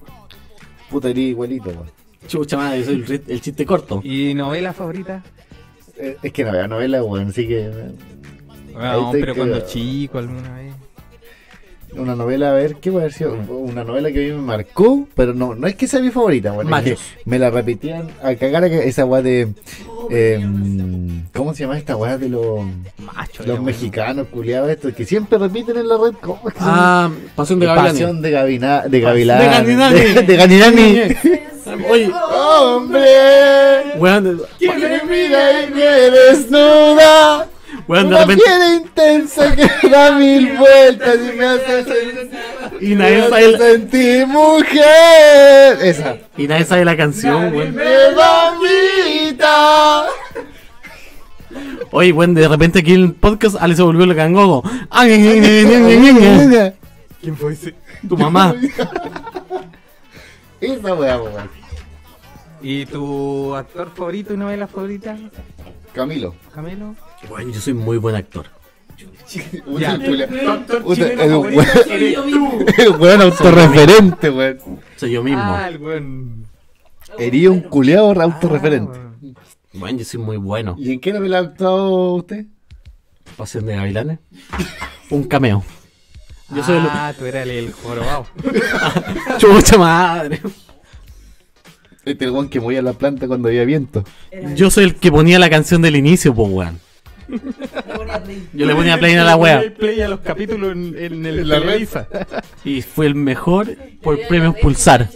S2: Puta, eres igualito, weón.
S3: Chucha madre, yo soy el, ri- el chiste corto.
S1: ¿Y novela favorita?
S2: Eh, Es que no veo novela, weón. Así que. eh, Ahí
S1: No,
S2: estoy
S1: pero cuando
S2: cagado.
S1: chico alguna vez.
S2: Una novela, a ver, ¿qué puede haber sido? Una novela que a mí me marcó, pero no, no es que sea mi favorita, weón. es que
S3: Machos.
S2: me la repetían a cagar a ca- esa weá de. eh, ¿Cómo se llama esta weá de los,
S1: Macho.
S2: los
S1: ya,
S2: mexicanos culiados estos que siempre repiten en la red? ¿Cómo es que se llama?
S3: Ah, Pasión de Gavilanes.
S2: Pasión (laughs) de Gavilán. De Gavilán.
S3: De Ganinani.
S2: De, de Ganinani.
S3: (laughs) Oye,
S2: ¡Hombre!
S3: weón,
S2: Que me mira y me desnuda.
S3: weón, de
S2: Una
S3: repente.
S2: piel intensa que da mil vueltas y me hace
S3: (laughs)
S2: sentir,
S3: Y
S2: me
S3: nadie
S2: hace
S3: sabe la,
S2: sentir mujer. Esa.
S3: y nadie sabe la canción, weón.
S2: Me mamita.
S3: Oye, weón, de repente aquí en el podcast Ale se volvió el gangogo. Ah,
S2: ¿Quién fue ese?
S3: Tu mamá.
S2: (laughs) Esa weá, weón.
S1: ¿Y tu actor favorito y novela favorita,
S2: Camilo.
S1: Camelo?
S3: Weón, yo soy muy buen actor.
S1: Ya.
S2: Uy, Julia.
S5: Doctor
S2: Puta,
S5: chileno
S2: el
S5: favorito
S2: weón-
S5: soy yo mismo.
S2: (laughs) El weón autorreferente, weón.
S3: Soy yo mismo.
S1: Ah, el buen.
S2: Hería un culeado autorreferente.
S1: Ah,
S3: Weón, yo soy muy bueno.
S2: ¿Y en qué novela ha actuado usted?
S3: Pasión de Gavilanes. Un cameo. Yo soy el.
S1: Ah, tú eras el, el jorobado.
S3: Chucha madre.
S2: Este el weón que movía la planta cuando había viento.
S3: Yo soy el que ponía la canción del inicio, pues weón. Yo le ponía play a
S1: (laughs)
S3: la wea.
S1: play a los capítulos en, en el
S2: En la red.
S3: (laughs)
S1: Televisa.
S3: Y fue el mejor por premios Pulsar.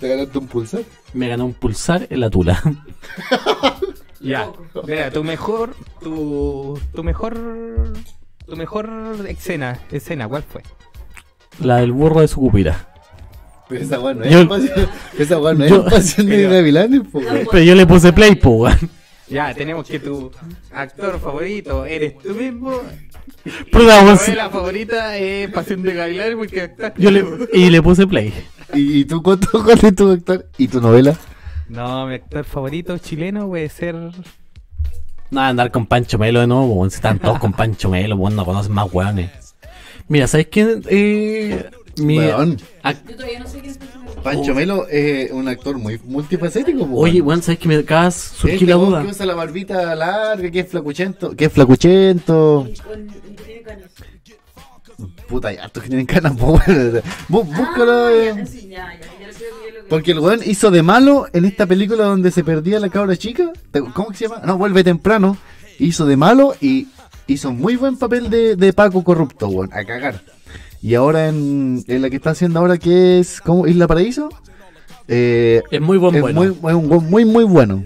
S2: ¿Te ganaste un pulsar?
S3: Me ganó un Pulsar en la tula. (laughs)
S1: Ya. Mira, tu mejor. Tu, tu mejor. Tu mejor escena, escena, ¿cuál fue?
S3: La del burro de su cupira.
S2: Pero esa weón no es
S3: Yo-
S2: pasión. Esa weón no es
S3: Yo-
S2: pasión de
S1: Pero-
S2: Gavilanes, po, weón.
S3: Pero yo le puse play, pues weón.
S1: Ya, tenemos que tu actor favorito eres tú mismo.
S3: Puta,
S1: Tu
S3: weón,
S1: novela favorita es Pasión de Gavilanes porque actuaste.
S3: Yo le, y le puse play.
S2: ¿Y, y tú cuánto (laughs) cuál es tu actor? ¿Y tu novela?
S1: No, mi actor favorito chileno puede ser.
S3: Nada, andar con Pancho Melo de nuevo, weón. Si están todos con Pancho Melo, weón, no conocen más weones. Mira, ¿sabes quién? Eh, mi
S2: Weón.
S3: ac-
S4: Yo todavía no sé quién es Pancho
S2: Pancho Melo es un actor muy multifacético, pues, po,
S3: Oye, weón, ¿sabes que me acabas de surgir
S2: Este
S3: la
S2: weón
S3: duda?
S2: Que usa la barbita larga, que es flacuchento. Que es flacuchento.
S4: Melo.
S2: Puta, hay hartos que tienen canas, (laughs) po, weón. Bú- Búscalo. eh.
S4: Sí, Ah, ya, ya, ya sé que yo lo que-
S2: Porque el weón hizo de malo en esta película donde se perdía la cabra chica. ¿Te- ¿Cómo que se llama? No, vuelve temprano. Hizo de malo y hizo muy buen papel de, de Paco corrupto, weón. A cagar. Y ahora en, en la que está haciendo ahora que es ¿cómo? Isla Paraíso. Eh,
S3: Es muy buen
S2: es
S3: bueno.
S2: muy, es un weón muy, muy bueno.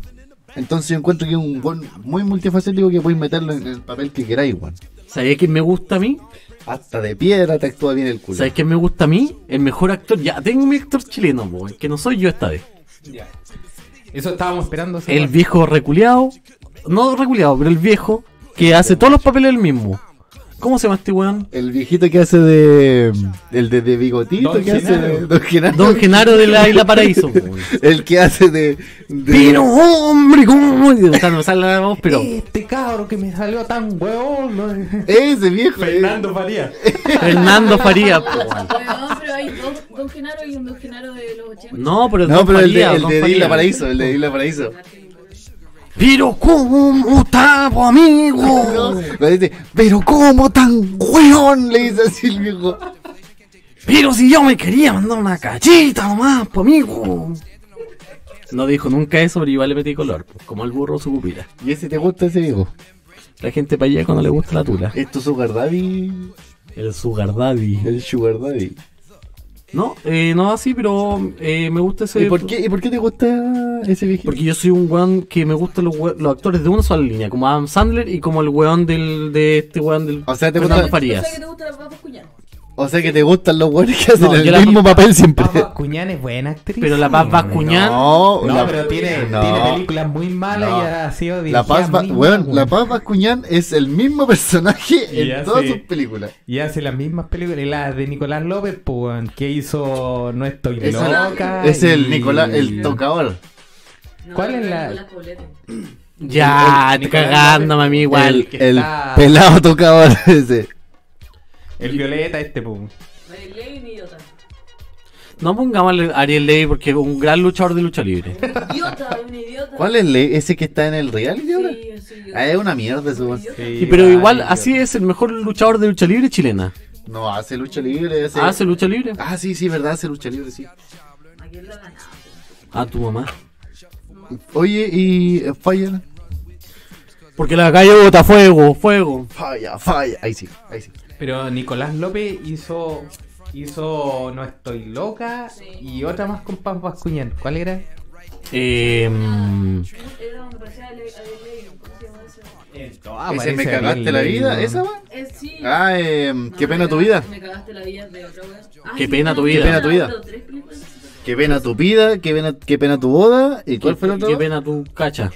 S2: Entonces yo encuentro que es un weón muy multifacético que podéis meterlo en el papel que queráis, weón.
S3: ¿Sabes quién me gusta a mí?
S2: Hasta de piedra te actúa bien el culo.
S3: ¿Sabes quién me gusta a mí? El mejor actor. Ya, tengo mi actor chileno, weón, que no soy yo esta vez.
S1: Eso estábamos esperando. sí.
S3: El viejo reculeado. No reculeado, pero el viejo que hace todos los papeles el mismo. ¿Cómo se llama este weón?
S2: El viejito que hace de. El de, de bigotito
S1: Don
S2: que hace
S1: Genaro.
S2: de. Don Genaro.
S3: Don Genaro de la Isla
S2: (laughs)
S3: Paraíso. weón.
S2: El que hace de. de-
S3: Pero, hombre, ¿cómo? O sea, no me sale la voz, pero.
S1: Este cabro que me salió tan huevón. ¿no?
S2: Ese viejo. eh.
S1: Faría.
S3: Fernando Faría. po, weón.
S4: Ah, Weón, pero hay dos Don Genaro y un Don Genaro de los 80.
S3: No, pero.
S2: No,
S3: Don
S2: pero el de,
S3: Faría,
S2: el
S3: Don
S2: de
S3: Faría.
S2: Isla Paraíso. El de Isla Paraíso.
S3: Pero, ¿cómo está, po, amigo?
S2: No, le dice, pero cómo tan weón, le dice así el viejo.
S3: Pero si yo me quería mandar una cachita nomás, po, amigo. No dijo nunca eso, pero igual le metí color, po, como el burro su pupila.
S2: ¿Y ese te gusta ese viejo?
S3: La gente para allá cuando le gusta la tula.
S2: ¿Es tu Sugar Daddy?
S3: El sugar daddy.
S2: El Sugar Daddy.
S3: No, eh, no así, pero eh, me gusta ese...
S2: ¿Y, por qué, ¿Y por qué te gusta ese viejito?
S3: Porque yo soy un weón que me gustan los, we- los actores de una sola línea, como Adam Sandler y como el weón del, de este weón del...
S2: O sea, te
S3: Fernando
S2: gusta-
S4: Yo sé
S3: Farías.
S4: que te gusta la papa cuñada.
S2: O sea que te gustan los weones que hacen
S3: No, yo
S2: el
S3: la-
S2: mismo papel siempre.
S1: Paz Cuñán es buena actriz.
S3: Pero la Paz Bascuñán...
S2: No,
S1: No,
S2: la-
S1: pero tiene,
S2: no.
S1: tiene películas muy malas
S2: No.
S1: y ha sido dirigida
S2: La Paz, Ba-
S1: muy
S2: weón,
S1: mal,
S2: la
S1: weón.
S2: Paz Bascuñán es el mismo personaje en
S1: Ya
S2: todas
S1: sé.
S2: sus películas.
S1: Y hace las mismas películas. Y las de Nicolás López, pues, weón, que hizo No estoy
S2: Es el,
S1: loca.
S2: es el
S1: y-
S2: Nicolás, el tocador.
S4: No,
S1: ¿Cuál es
S4: no,
S1: la-
S4: Nicolás Poblete.
S3: Ya,
S1: El-
S3: te
S1: el-
S3: cagándome a mí igual.
S2: El,
S1: que
S2: el
S1: está-
S2: pelado tocador (laughs) ese.
S1: El Violeta, este, pum.
S4: Ray Lane y idiota.
S3: No pongamos a Ariel Levy porque es un gran luchador de lucha libre.
S4: Idiota, un idiota.
S2: ¿Cuál es le- ese que está en el reality ahora?
S4: Sí, sí,
S2: Ah,
S4: idiota.
S2: es una mierda ese weón.
S1: Sí,
S3: Y pero
S1: vale,
S3: igual,
S1: yo-
S3: así es el mejor luchador de lucha libre chilena.
S2: No, hace lucha libre. Hace...
S3: ¿Hace lucha libre?
S2: Ah, sí, sí, verdad, hace lucha libre, sí.
S4: ¿A quién la ganaste?
S3: A Ah, tu mamá.
S2: Oye, y eh, falla.
S3: Porque la calle bota fuego, fuego.
S2: Falla, falla. Ahí sí, ahí sí.
S1: Pero Nicolás López hizo Hizo No estoy loca y otra más con Paz Bascuñán. ¿Cuál era?
S3: Eh, mm,
S4: Era donde aparecía Ale- Adelaide, ¿cómo se llama eso?
S1: Ah,
S2: Ese me cagaste la vida, ¿esa va?
S4: Eh, sí.
S2: Ah, eh,
S4: No,
S2: qué
S4: me
S2: pena tu
S4: cagaste-
S2: vida.
S4: Me cagaste la vida de otra wea. Ah,
S3: Qué
S4: sí,
S3: pena tu
S4: no,
S3: vida.
S2: Qué pena tu vida.
S4: no, tres películas.
S2: Qué pena tu vida, qué pena, qué pena tu boda. ¿Y cuál fue la
S3: qué,
S2: otra?
S3: qué pena tu cacha.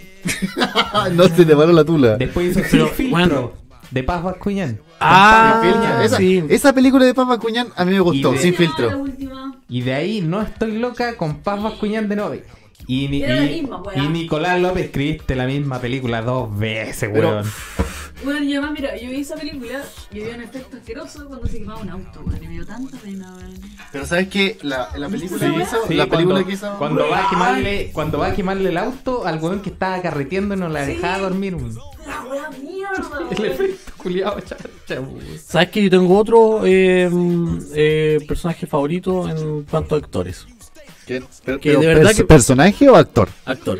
S2: Ah, (laughs) no se te paró la tula.
S1: Después hizo
S3: Pero,
S1: Sin Filtro
S3: bueno.
S1: de Paz Bascuñán.
S3: Ah,
S2: esa,
S3: sí.
S2: esa película de Papa Cuñán a mí me gustó,
S1: Y de-
S2: sin
S4: Ah, La
S2: filtro.
S4: última.
S1: Y de ahí No estoy loca con Paz Bascuñán de novia. Y, ni-
S4: Era la
S1: y-
S4: misma,
S1: y
S4: weá.
S1: Nicolás López escribiste la misma película dos veces,
S2: Pero-
S1: weón.
S4: Bueno, y además, mira, yo vi esa película y había un efecto asqueroso cuando se quemaba un auto, weón. Y me dio tanta pena, weón.
S2: Pero ¿sabes qué? La, la película
S1: Sí,
S2: que hizo,
S1: sí,
S2: la película
S1: cuando,
S2: que hizo-
S1: cuando va a quemarle, cuando va a quemarle el auto al weón que estaba carreteando y no la
S4: Sí.
S1: dejaba dormir. weón.
S4: La wea
S2: (laughs)
S4: mierda,
S1: El
S4: weón.
S1: efecto culiado, chacha, weón.
S3: ¿Sabes que yo tengo otro eh, eh, personaje favorito en cuanto a actores?
S2: ¿Quién? Pero-
S3: que
S2: pero
S3: de verdad que-
S2: ¿Personaje o actor?
S3: Actor.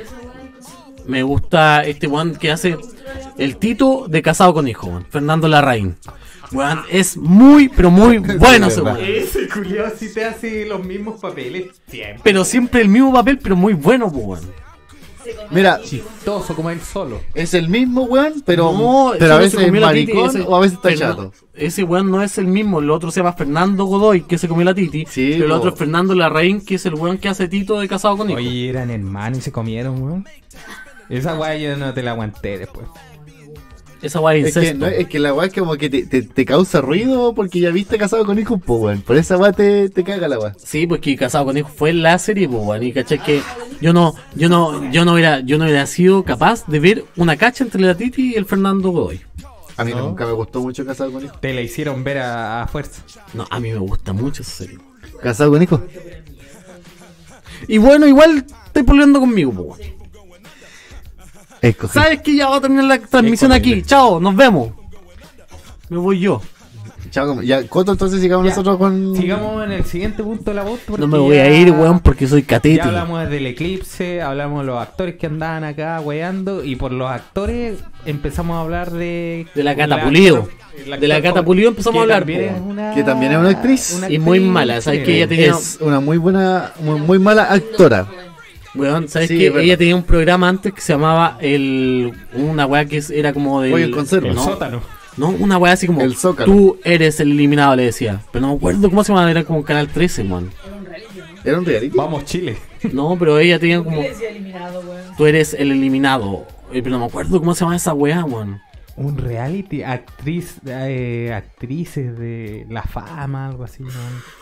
S3: Me gusta este weón que hace el Tito de Casado con Hijo, weón, Fernando Larraín. Weón, es muy,
S2: (laughs)
S3: pero muy bueno ese
S2: verdad.
S3: weón.
S1: Ese culiado sí te hace los mismos papeles siempre.
S3: Pero siempre el mismo papel, pero muy bueno, po, weón.
S2: Mira,
S1: Chistoso como él solo.
S2: es el mismo weón, pero,
S3: No,
S2: pero a
S3: solo se
S2: veces es
S3: comió la titi,
S2: maricón
S3: ese-
S2: o a veces está
S3: Fernan-
S2: chato.
S3: Ese weón no es el mismo, el otro se llama Fernando Godoy, que se comió la titi.
S2: Sí,
S3: pero el
S2: po.
S3: otro es Fernando Larraín, que es el weón que hace Tito de Casado con Hijo.
S1: Oye, eran hermanos y se comieron, weón. Esa weá yo no te la aguanté después.
S3: Esa weá es
S2: Es que,
S3: incesto.
S2: no, es que la weá es como que te, te- te causa ruido porque ya viste casado con hijos, po, weón. Por esa weá te, te caga la weá.
S3: Sí, pues que casado con hijo fue la serie, pues, weón, y caché que yo no, yo no, yo no hubiera, yo no hubiera sido capaz de ver una cacha entre la Titi y el Fernando Godoy.
S2: A mí
S1: No.
S2: nunca me gustó mucho casado con hijos.
S1: Te la hicieron ver a, a fuerza.
S3: No, a mí me gusta mucho esa serie.
S2: ¿Casado con hijos?
S3: Y bueno, igual estoy peleando conmigo, pues. weón.
S2: Escogí.
S3: Sabes que ya va a terminar la transmisión aquí. Chao, nos vemos. Me voy yo.
S2: Chao, como- ya, Coto, entonces sigamos
S1: Ya.
S2: nosotros con.
S1: Sigamos en el siguiente punto de la voz. porque
S3: Mm. No me voy
S1: ya-
S3: a ir, weón, porque soy catete.
S1: Ya hablamos del eclipse, hablamos de los actores que andaban acá weando. Y por los actores empezamos a hablar de.
S3: De la Cata Pulido.
S1: la-
S3: De la Cata Pulido empezamos
S1: que
S3: a hablar,
S1: también
S3: po.
S1: es una-
S2: Que también es una actriz.
S3: Y muy mala, ¿sabes
S1: sí.
S3: qué? Ella tenía-
S2: Es una muy buena, muy, muy mala actora.
S3: Weón, ¿sabes
S2: Sí,
S3: que
S2: es verdad.
S3: Ella tenía un programa antes que se llamaba el. Una weá que es- era como de.
S2: Hoy en conserva.
S1: El
S2: No.
S1: sótano.
S3: No, una weá así como.
S2: El Zócalo.
S3: Tú eres el eliminado, le decía. Pero no me acuerdo cómo se llamaba, era como Canal 13, weón.
S2: Era un reality.
S1: Vamos, Chile.
S3: No, pero ella tenía
S4: ¿Por qué
S3: como.
S4: le decía eliminado, weón?
S3: Tú eres el eliminado. Eh, Pero no me acuerdo cómo se llamaba esa weá, weón.
S1: Un reality, actriz, eh, actrices de la fama, algo así, ¿no?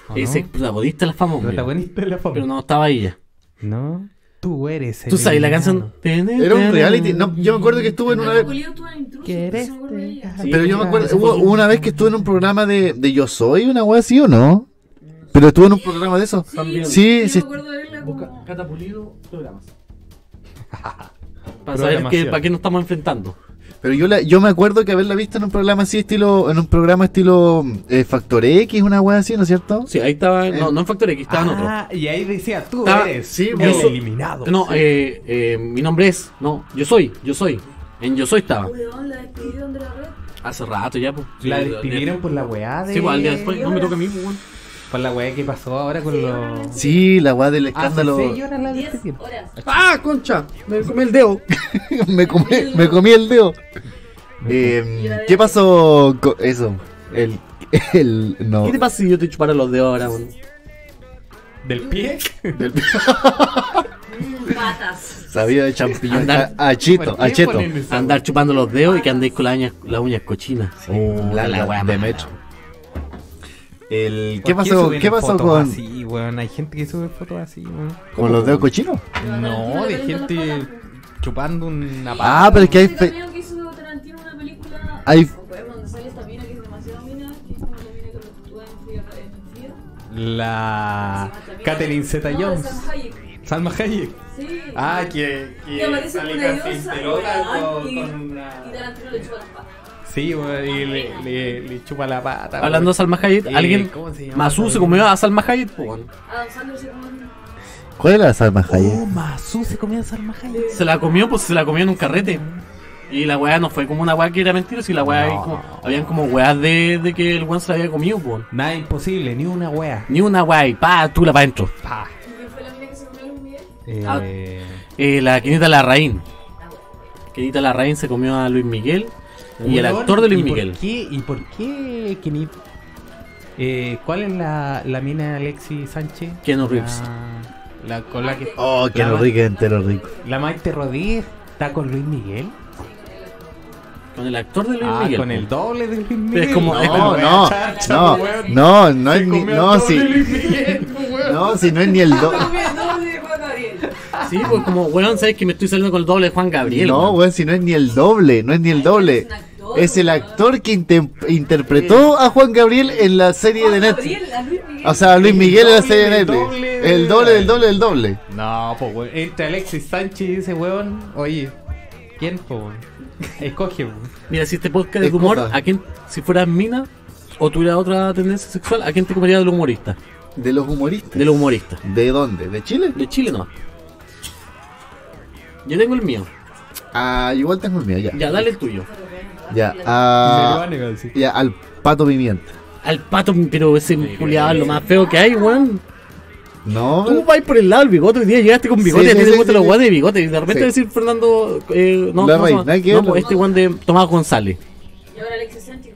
S1: ¿O
S3: Ese
S1: ¿Ah, no?
S3: protagonista de la fama, weón.
S1: protagonista de la fama.
S3: Pero no estaba ella.
S1: No, tú eres el.
S3: ¿Tú sabes la canción?
S1: eliminado.
S2: Era un reality. No, yo me acuerdo que estuve en una vez.
S4: Julio, tú eres intruso,
S1: ¿Qué eres?
S4: no se acuerda de ella.
S1: Sí.
S2: Pero yo me acuerdo. Hubo, hubo una vez que estuve en un programa de, de Yo Soy, una wea así o no. Pero estuve en un programa de eso.
S3: También.
S2: Sí,
S4: Yo
S2: sí.
S4: me acuerdo de verla como...
S3: Catapulido programas. Para saber
S1: Programación.
S3: que, para qué nos estamos enfrentando.
S2: Pero yo la, yo me acuerdo que haberla visto en un programa así, estilo. En un programa estilo eh, Factor X, una wea así, ¿no es cierto?
S3: Sí, ahí estaba. No, no en Factor X, estaba en otro.
S1: Ah, y ahí decía, tú
S3: Estaba-
S1: eres
S2: sí,
S1: el
S2: eso-
S1: eliminado.
S3: No, eh, eh, mi nombre es. No, yo soy, yo soy. En yo soy estaba.
S4: Weón, la despidieron de la red.
S3: Hace rato ya, pues.
S1: La
S3: Sí,
S1: despidieron por la weá de.
S3: Sí, pues, al día después. No me toca a mí, pues, weón.
S1: Por la weá que pasó ahora con los.
S2: Sí, la wea del
S1: Ah,
S2: escándalo.
S1: sí, sí, ahora la
S2: este
S4: 10
S1: despidieron.
S4: horas.
S3: ¡Ah, concha! Me comí el dedo.
S2: (laughs) me, comí, me comí el dedo. Eh, ¿Qué pasó con eso? El, (laughs) el no.
S3: ¿Qué te pasa si yo te chupara los dedos ahora, weón?
S1: ¿Del pie?
S4: Patas.
S2: Sabía de champiñón.
S3: Andar-
S2: A, a Chito, a Cheto.
S3: Andar chupando los dedos y que andéis con las uñas, las uñas cochinas. Oh,
S2: la- la-
S3: wea
S2: de
S3: mala.
S2: metro. El, ¿Qué pasó, ¿qué pasó con,
S1: Sí, weón, hay gente que sube fotos así, weón.
S2: con los dedos cochinos?
S1: No, de
S4: Tarantino le
S1: gente
S4: calienta las
S1: chupando una pata.
S2: Ah, pero es que hay.
S4: Ese
S2: fe-
S4: cameo que hizo Tarantino en una película...
S2: Hay-
S4: Weón, donde sale esta mina que es demasiado mina, que es como la mina que lo actúa en Fría- en Fría.
S2: Ah,
S1: La.
S4: Se llama también-
S1: Catherine Zeta
S4: No, de
S1: Jones.
S4: Sam Hayek.
S1: Salma Hayek.
S4: Sí.
S1: Ah, que.
S4: Que
S1: que
S4: aparece
S1: sale
S4: con una
S1: casi
S4: diosa,
S1: pelota
S4: weón,
S1: con-
S4: y-
S1: con una-
S4: Y Tarantino le chupa las patas.
S1: Sí, weón, y le, le, le chupa la pata. weón.
S3: Hablando de Salma Hayek,
S1: Eh,
S3: alguien.
S1: ¿cómo se llama?
S3: Masu se comió a Salma Hayek, pues, weón.
S4: Adam Sandler se come...
S2: ¿Cuál era la Salma Hayek?
S1: Masu se comía a Salma Hayek.
S3: Se la comió, pues se la comió en un carrete. Y la weá no fue como una weá que era mentira, si la weá
S1: No.
S3: ahí como, habían como weá de, de que el weón se la había comido, pues, weón.
S1: Nada imposible, ni una wea.
S3: Ni una weá y pa, tú la pa' Ah. adentro.
S1: Pa.
S5: ¿Quién fue la mina que se comió los Miguel?
S1: Eh,
S3: Eh, la Quinita Larraín. Quinita Larraín se comió a Luis Miguel y el
S1: weón,
S3: actor de Luis
S1: ¿y por
S3: Miguel.
S1: qué- ¿Y por qué Kenny- Eh, ¿Cuál es la, la mina de Alexis Sánchez?
S3: Keanu
S1: La-
S3: Reeves.
S1: La, con la que.
S2: Oh, que lo rico, entero rico.
S1: La Maite Rodríguez está con Luis Miguel.
S3: Con el actor de Luis
S1: ah,
S3: Miguel.
S1: con el doble de Luis Miguel.
S3: como- es
S2: No, no, no, no, no es ni, no, si, no, si no es ni el do, (laughs)
S5: Comió dos de Juan Gabriel.
S3: Sí, pues como, weón, sabes que me estoy saliendo con el doble de Juan Gabriel.
S2: no,
S3: weón.
S2: weón, si no es ni el doble, no es ni el doble, es el actor que intem- interpretó a Juan Gabriel en la serie
S4: Ah,
S2: de Netflix,
S5: Gabriel, a Luis Miguel.
S2: o sea, a Luis
S1: El
S2: Miguel en la
S1: doble
S2: serie de
S1: del
S2: Netflix,
S1: doble de-
S2: el doble del doble del doble,
S1: No, pues weón. Entre Alexis Sánchez y ese weón. Oye, ¿quién, po, weón? Escoge, weón.
S3: Mira, si este podcast es de
S2: Es
S3: humor,
S2: cosa.
S3: ¿a quién, si fueras mina o tuviera otra tendencia sexual, ¿a quién te comería del humorista?
S2: de los humoristas,
S3: Del humorista.
S2: ¿de dónde? ¿De Chile?
S3: De Chile no. Yo tengo el mío.
S2: Ah, igual tengo el mío, ya,
S3: Ya, dale el tuyo.
S2: ya, ah,
S1: Peruano, iba a decir.
S2: ya, al pato pimienta,
S3: Al pato, pero ese culiado es lo más feo que hay, weón.
S2: no,
S3: Tú vas por el lado del bigote, hoy día llegaste con bigote,
S2: Sí,
S3: a ti
S2: sí,
S3: te
S2: sí,
S3: gustan
S2: sí,
S3: los
S2: sí.
S3: guantes de bigote. Y de repente
S2: Sí.
S3: decir Fernando. Eh, no,
S2: La
S3: ¿cómo se
S2: reina,
S3: llama?
S2: nada que
S3: no,
S2: ver.
S3: pues este guante de Tomás González.
S5: Y ahora Alexis Sánchez.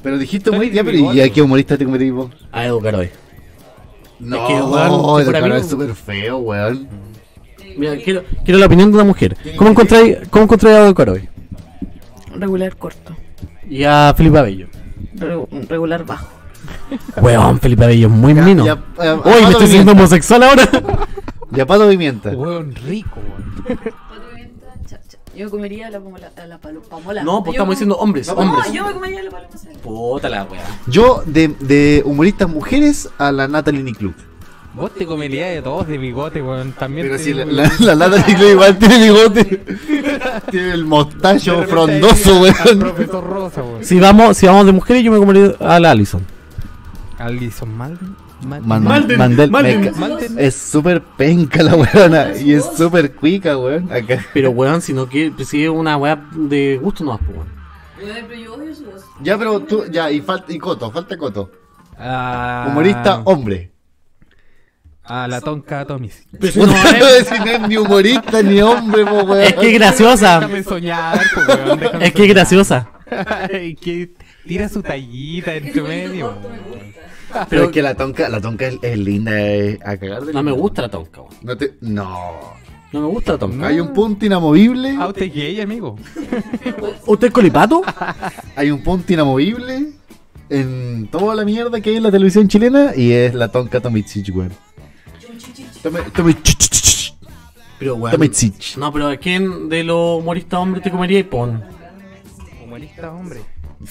S2: pero dijiste humorista, ya,
S1: Tony
S2: pero ¿y
S1: Bigote.
S2: a qué humorista te comerías vos?
S3: A Edu Caroe.
S2: No,
S3: que, weón, si
S2: el
S3: fuera
S2: cara es
S3: mío-
S2: súper feo, weón.
S3: Mira, quiero, quiero la opinión de una mujer. ¿Cómo encontráis cómo encontráis a Edu Caroe?
S4: Regular corto.
S3: Y a Felipe Abello.
S4: Re- regular bajo.
S3: Weón, Felipe Abello es muy
S2: Ya,
S3: mino.
S2: ya, eh,
S3: Uy, me
S2: Pato
S3: estoy siendo
S2: Pimienta. (laughs)
S3: homosexual ahora.
S2: Ya pato pimienta.
S1: Weón rico, weón.
S4: Yo comería a la pomola. A la palo- pamola.
S3: No, pues
S4: Yo-
S3: estamos diciendo hombres, hombres.
S5: No, yo me comería la paloma Sánchez.
S3: Puta la weá.
S2: Yo, de, de humoristas mujeres a la Natalie Niclub.
S1: Vos te comerías de todos de bigote, weón. También.
S2: Pero
S1: te
S2: si la,
S1: digo,
S2: la, la Natalie Niclub igual tiene bigote. (laughs) tiene el
S1: de
S2: mostacho
S1: repente
S2: frondoso,
S1: ahí al
S2: weón.
S1: Profesor Rosa, weón.
S3: Si vamos, si vamos de mujeres, yo me comería a la Allison.
S1: Alison Malden. Malden.
S2: Man-
S3: Malden,
S2: Mandel,
S3: Malden.
S2: me ca-
S1: Malden.
S2: Es súper penca la weona. Y es súper cuica, weón. Acá.
S3: Pero weón, si no quiere, pues, si es una weá de gusto no más, pues, weón.
S5: Weón, Pero yo odio su voz.
S2: Ya, pero tú, ya, y falta, y Coto, falta Coto.
S1: Ah,
S2: Humorista hombre.
S1: A la tonca Tomis.
S3: Pero si (laughs)
S2: No,
S3: no, es,
S2: si no es ni humorista ni hombre, po, weón.
S3: es que
S2: (laughs)
S3: es graciosa.
S1: Déjame soñar, po, weón. déjame
S3: Es que es
S1: soñar.
S3: graciosa.
S1: (laughs) Y que tira su tallita
S5: Es
S1: en
S5: que
S1: tu
S5: su
S1: medio.
S5: corto me
S1: weón.
S5: gusta.
S2: Pero es que la tonca, la tonca es, es linda eh, a cagar de
S3: No me
S2: linda.
S3: gusta la tonca, weón.
S2: No te. No.
S3: No me gusta la tonca.
S2: Hay un punto inamovible.
S1: Ah, usted es gay, amigo.
S3: ¿Usted es (laughs) colipato?
S2: Hay un punto inamovible. En toda la mierda que hay en la televisión chilena. Y es la tonca Tomitsich, weón. Tome- Tomitsich.
S3: Pero weón.
S2: Tomitsich.
S3: No, pero ¿a quién de los humoristas hombres te comería y pon?
S1: Humorista hombre.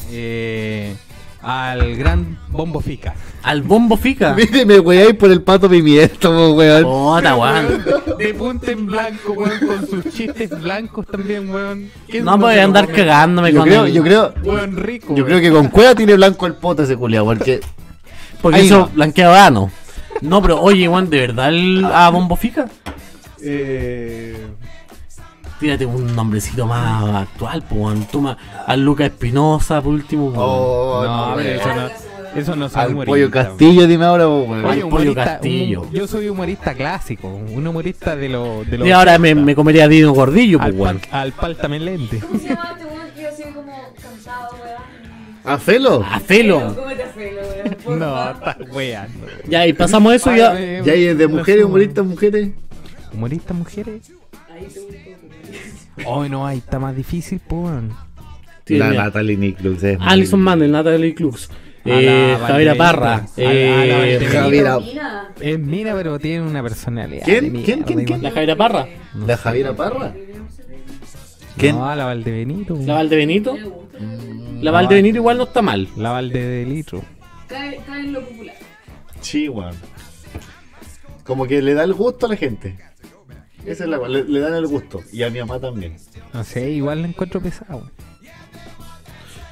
S1: Eh, al gran Bombo Fica.
S3: ¿Al
S2: (laughs)
S3: bombo fica?
S2: Míreme, weón, por el pato pimiento, po, weón.
S3: Puta, weón.
S1: De punta en blanco, weón, con sus chistes blancos también, weón. ¿Quién
S3: No me voy
S1: se
S3: a
S1: lo
S3: andar
S1: come?
S3: cagándome
S2: Yo
S3: con
S2: creo,
S3: el-
S2: yo creo.
S1: Weón rico.
S2: Yo
S1: weón.
S2: creo que con cueva tiene blanco el poto ese culiao, porque.
S3: Porque
S2: Ahí
S3: eso
S2: no.
S3: blanqueaba no. No, pero oye, weón, ¿de verdad el- a bombo fica?
S1: Eh,
S3: Tírate un nombrecito más actual, po, weón. Toma a Luca Espinosa, por último, po, weón.
S2: Oh,
S1: no,
S2: no,
S1: pero
S2: weón.
S1: eso no, eso no son
S2: Al pollo
S1: humoristas,
S2: castillo, dime ahora, po, weón.
S1: Oye,
S3: Al
S1: humorista-
S3: Pollo Castillo.
S1: un- yo soy humorista clásico, un humorista de los. De los
S3: Y ahora me, me comería a Dino Gordillo, pues,
S1: al,
S3: weón.
S1: pal, al palta melente.
S5: ¿Cómo se llama este weón que así como cantado, weón?
S2: ¿A Felo?
S3: A Felo.
S5: ¿Cómo te hace, weón? Por
S1: No,
S5: favor.
S1: estás weando.
S3: Ya, y pasamos eso y ya.
S1: Ay,
S2: Ya, y es de
S1: no
S2: mujeres,
S1: sé,
S2: humoristas, mujeres.
S1: weón. ¿Humoristas mujeres? Hoy no, ahí está más difícil, po, weón.
S3: Sí,
S2: la
S3: mira.
S2: Natalie Nicklus es muy-
S3: Alison Mandel, Natalie Clux. Eh,
S1: A la Valdebenito.
S3: Javiera
S1: A
S3: Parra.
S1: la- a la
S3: Eh,
S1: Valdebenito.
S2: Javiera.
S5: Mira,
S1: Es mira, pero tiene una personalidad.
S2: ¿Quién?
S1: de
S2: ¿Quién?
S1: mierda,
S2: ¿Quién?
S1: igual.
S3: ¿La Javiera Parra?
S2: ¿La Javiera Parra? ¿Quién?
S1: No, la Valdebenito.
S3: ¿La Valdebenito? La
S1: No.
S3: Valdebenito igual no está mal.
S1: La Valdebenito.
S5: cae, cae en lo popular.
S2: Sí, weón. Como que le da el gusto a la gente. Esa es la le, le dan el gusto. Y a mi mamá también.
S1: No sé, igual la encuentro pesado.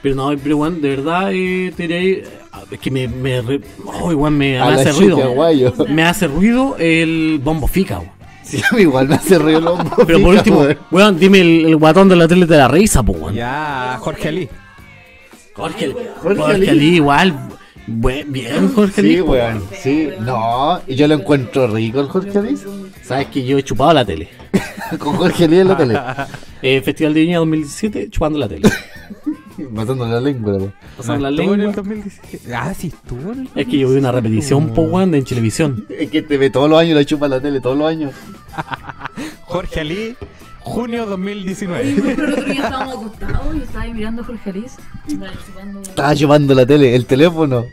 S3: Pero no, pero weón, de verdad, eh, te diría ahí, eh, Es que me. me re- Ay, weón, me, me
S2: la
S3: hace
S2: chica,
S3: ruido.
S2: guayo. (laughs)
S3: Me hace ruido el bombo fica, weón.
S2: Sí, a mí igual me hace reír los
S3: Pero por
S2: bofitas,
S3: último,
S2: weón.
S3: weón, dime el, el guatón de la tele de la risa, pues, weón.
S1: Ya, Jorge Ali.
S3: Jorge, Jorge,
S2: Jorge
S3: Ali.
S2: Ali.
S3: igual. bu- Bien, Jorge Ali.
S2: Sí,
S3: po,
S2: weón. Sí, no. Y yo lo encuentro rico el Jorge Liz. (laughs)
S3: Sabes que yo he chupado la tele.
S2: Con Jorge Liz en la
S3: (laughs)
S2: tele.
S3: Eh, Festival de Viña 2017, chupando la tele.
S2: Matando la lengua, weón.
S3: (laughs) Pasando la
S1: estuvo en el
S3: lengua.
S1: 2017. Ah, sí, estuvo en el...
S3: Es que yo vi una repetición, po, weón, en televisión.
S2: Es que te ve todos los años, la chupa la tele todos los años.
S1: Jorge Ali, junio 2019.
S4: Pero el otro día estábamos acostados y estaba ahí mirando a Jorge Liz. Bueno, chupando-
S2: Estaba chupando la tele, el teléfono.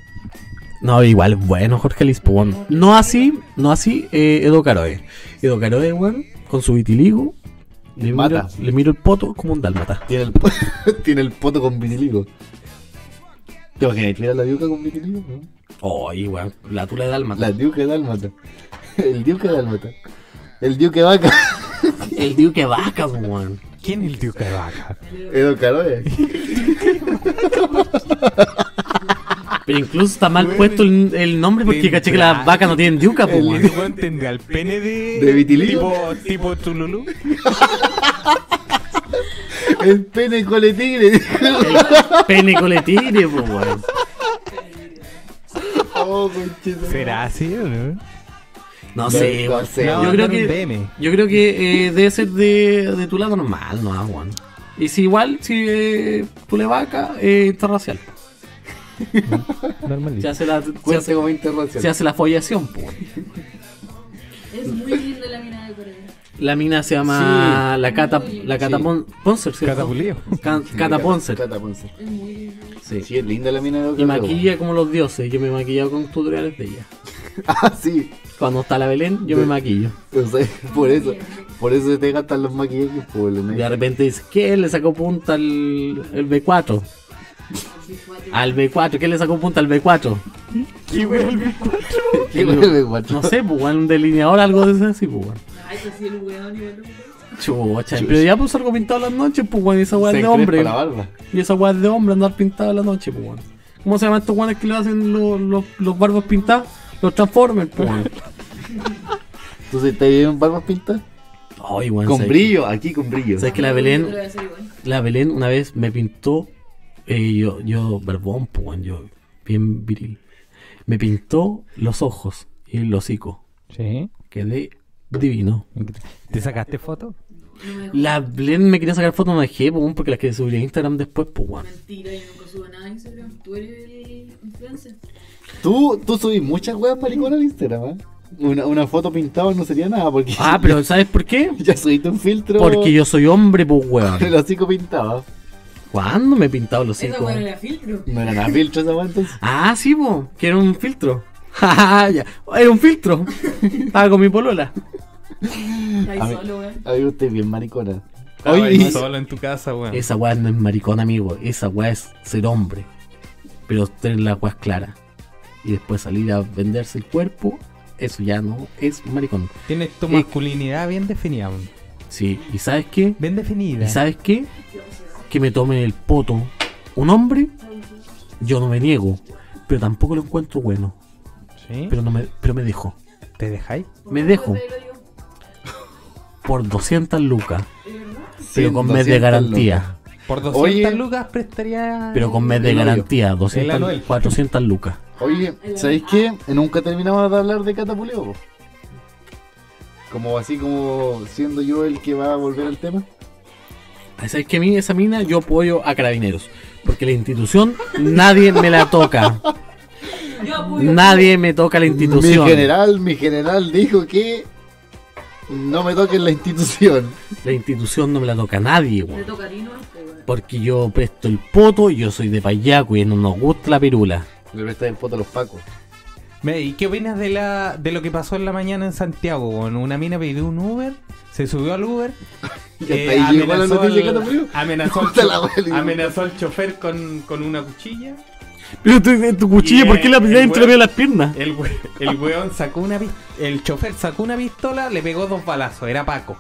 S3: No, igual, bueno, Jorge Liz, po, weón. No así, no así, eh, Edo Caroe. Edo Caroe, weón, con su vitiligo. Le miro,
S2: Mata.
S3: le miro el poto como un dálmata.
S2: Tiene el, po- (laughs) tiene el poto con vitiligo. ¿Te imaginas que era la diuca con vitiligo? no?
S3: Oye, weón, la tula de dálmata.
S2: La diuca dálmata. (laughs) El diuca dálmata. El diuca vaca. (laughs)
S3: El Duque Vaca, po, weón.
S1: ¿Quién es el tío Carvaca?
S2: Edo (laughs) Caroe.
S3: Pero incluso está mal puesto el, el nombre porque caché que las vacas no tienen diuca, pues,
S1: Ese
S3: weón.
S1: weón tendrá el pene de...
S2: ¿De vitiligo?
S1: Tipo, tipo Tululú.
S2: El pene cole tigre.
S3: Pene coletine, pues, weón.
S2: Oh, conchito.
S1: ¿Será así o no?
S3: No sé,
S2: No
S3: weón.
S2: sé,
S3: Yo
S2: weón.
S3: creo
S1: mandaron un
S3: que,
S1: DM.
S3: yo creo que eh, debe ser de, de tu lado normal, no, weón. Y si igual, si eh, tú le vaca, eh, interracial. Se
S1: Normalito.
S3: hace la, se
S2: Cuenta
S3: hace,
S2: como interrogación.
S3: se hace la follación, pues.
S4: Es muy linda la mina de Corea.
S3: La mina se llama la Cata, la Cata
S2: Sí.
S3: Pon- Poncer, ¿cierto?
S1: Catapulío.
S3: Ca- Cata Poncer,
S2: Cata Ponce.
S4: Es muy linda.
S3: sí.
S2: Sí, es linda la mina de Edo
S3: Y
S2: Caroe,
S3: maquilla como los dioses, yo me he maquillado con tutoriales de ella.
S2: weón. (laughs) Ah, sí.
S3: Cuando está la Belén, yo me
S2: Sí.
S3: maquillo.
S2: Yo sé, por eso. Por eso se te gastan los maquillajes, pues, por el (laughs)
S3: De repente dice, ¿qué le sacó punta al el B4? Al B4, ¿qué le sacó punta al B4?
S2: ¿Qué huele, guacho?
S3: No sé, pues, weón, un delineador, algo de ese así, pues, weón.
S5: Ay, pues sí, el weón y el weón.
S3: Chucha, pero ya puse algo pintado en las noches, pues, weón, y esa weá es
S2: Se
S3: de
S2: encrespa
S3: hombre.
S2: la barba.
S3: Y esa weá es de hombre andar pintado en la noche, pues, weón. ¿Cómo se llaman estos weones que le hacen los, los, los barbos pintados? Los Transformers, pues,
S2: (laughs)
S3: weón.
S2: Entonces, ¿te bien barbas pintas?
S3: Ay, weón.
S2: Con
S3: ¿sabes?
S2: brillo, aquí con brillo.
S3: ¿Sabes que la
S4: Yo lo voy a
S3: Belén,
S4: hacer igual.
S3: la Belén una vez me pintó, eh, yo, yo, verbón, pues, weón, yo, bien viril. Me pintó los ojos y el hocico.
S1: Sí.
S3: Quedé divino.
S1: ¿Te sacaste foto?
S4: No me dejó
S3: La Blen me quería sacar fotos, no dejé, po, weón, porque las que subir a Instagram después, pues, weón.
S4: mentira, yo nunca subo nada en Instagram. Tú eres el influencer.
S2: Tú, tú subís muchas weas maricón al Instagram, ¿eh? Una, una foto pintada no sería nada, porque (laughs)
S3: Ah, pero ¿sabes por qué?
S2: ya subiste un filtro.
S3: Porque yo soy hombre, pues,
S2: (laughs)
S3: weón.
S2: El hocico pintado.
S3: ¿Cuándo me he pintado los
S5: Esa
S3: cinco?
S5: weón era filtro.
S2: No era nada filtro esa wea entonces.
S3: Ah, sí, po, que era un filtro. (laughs) Jajaja, ya. Era un filtro. Estaba con mi polola.
S5: Está
S2: A
S5: ahí
S2: ver.
S5: solo, weón.
S2: Ay, usted es bien maricona.
S1: Oye,
S2: Oye, y-
S1: solo en tu casa, weón.
S3: Esa weá no es maricón, amigo. Esa weá es ser hombre. Pero tener las weas claras. Y después salir a venderse el cuerpo, eso ya no es maricón.
S1: Tienes tu
S3: Eh.
S1: masculinidad bien definida, weón.
S3: Sí, ¿y sabes qué?
S1: Bien definida.
S3: ¿Y sabes qué? Que me tomen el poto un hombre, yo no me niego, pero tampoco lo encuentro bueno.
S1: Sí.
S3: Pero no me, pero me dejo.
S1: ¿Te dejáis?
S3: Me dejo por 200 lucas, pero con mes de
S2: 100
S3: garantía.
S1: Por 200
S2: Oye.
S1: lucas prestaría...
S3: Pero con mes de
S2: El hoyo.
S3: garantía,
S1: El
S3: 200,
S1: Anuel.
S3: 400 lucas.
S2: lucas. Oye, ¿sabéis qué? Nunca terminamos de hablar de Catapuleo. po. Como así como siendo yo el que va a volver al tema.
S3: Ay, ¿Sabes qué? A mí esa mina yo apoyo a carabineros. Porque la institución nadie me la toca. Nadie me toca la institución.
S2: Mi general, mi general dijo que no me toquen la institución.
S3: La institución no me la toca nadie,
S4: Te
S3: weón.
S4: toca a ti, ¿no?
S5: este,
S4: Pues,
S3: Porque yo presto el poto y yo soy de payaco y no nos gusta la pirula.
S2: Le prestan el foto a los pacos.
S1: Me- ¿Y qué opinas de la de lo que pasó en la mañana en Santiago? weón? Una mina pidió un Uber, se subió al Uber,
S2: Y
S1: eh,
S2: hasta ahí llegó la
S1: amenazó
S2: noticia
S1: al-
S2: que te murió.
S1: amenazó al
S2: Puta la
S1: cho-
S2: wea, digo.
S1: amenazó al chofer con, con una cuchilla.
S3: Pero tu, tu
S1: cuchillo, ¿por qué la
S3: pedí
S1: tiráis entre medio de
S3: las piernas?
S1: El, we- el weón sacó una pis- el chofer sacó una pistola, le pegó dos balazos, era Paco.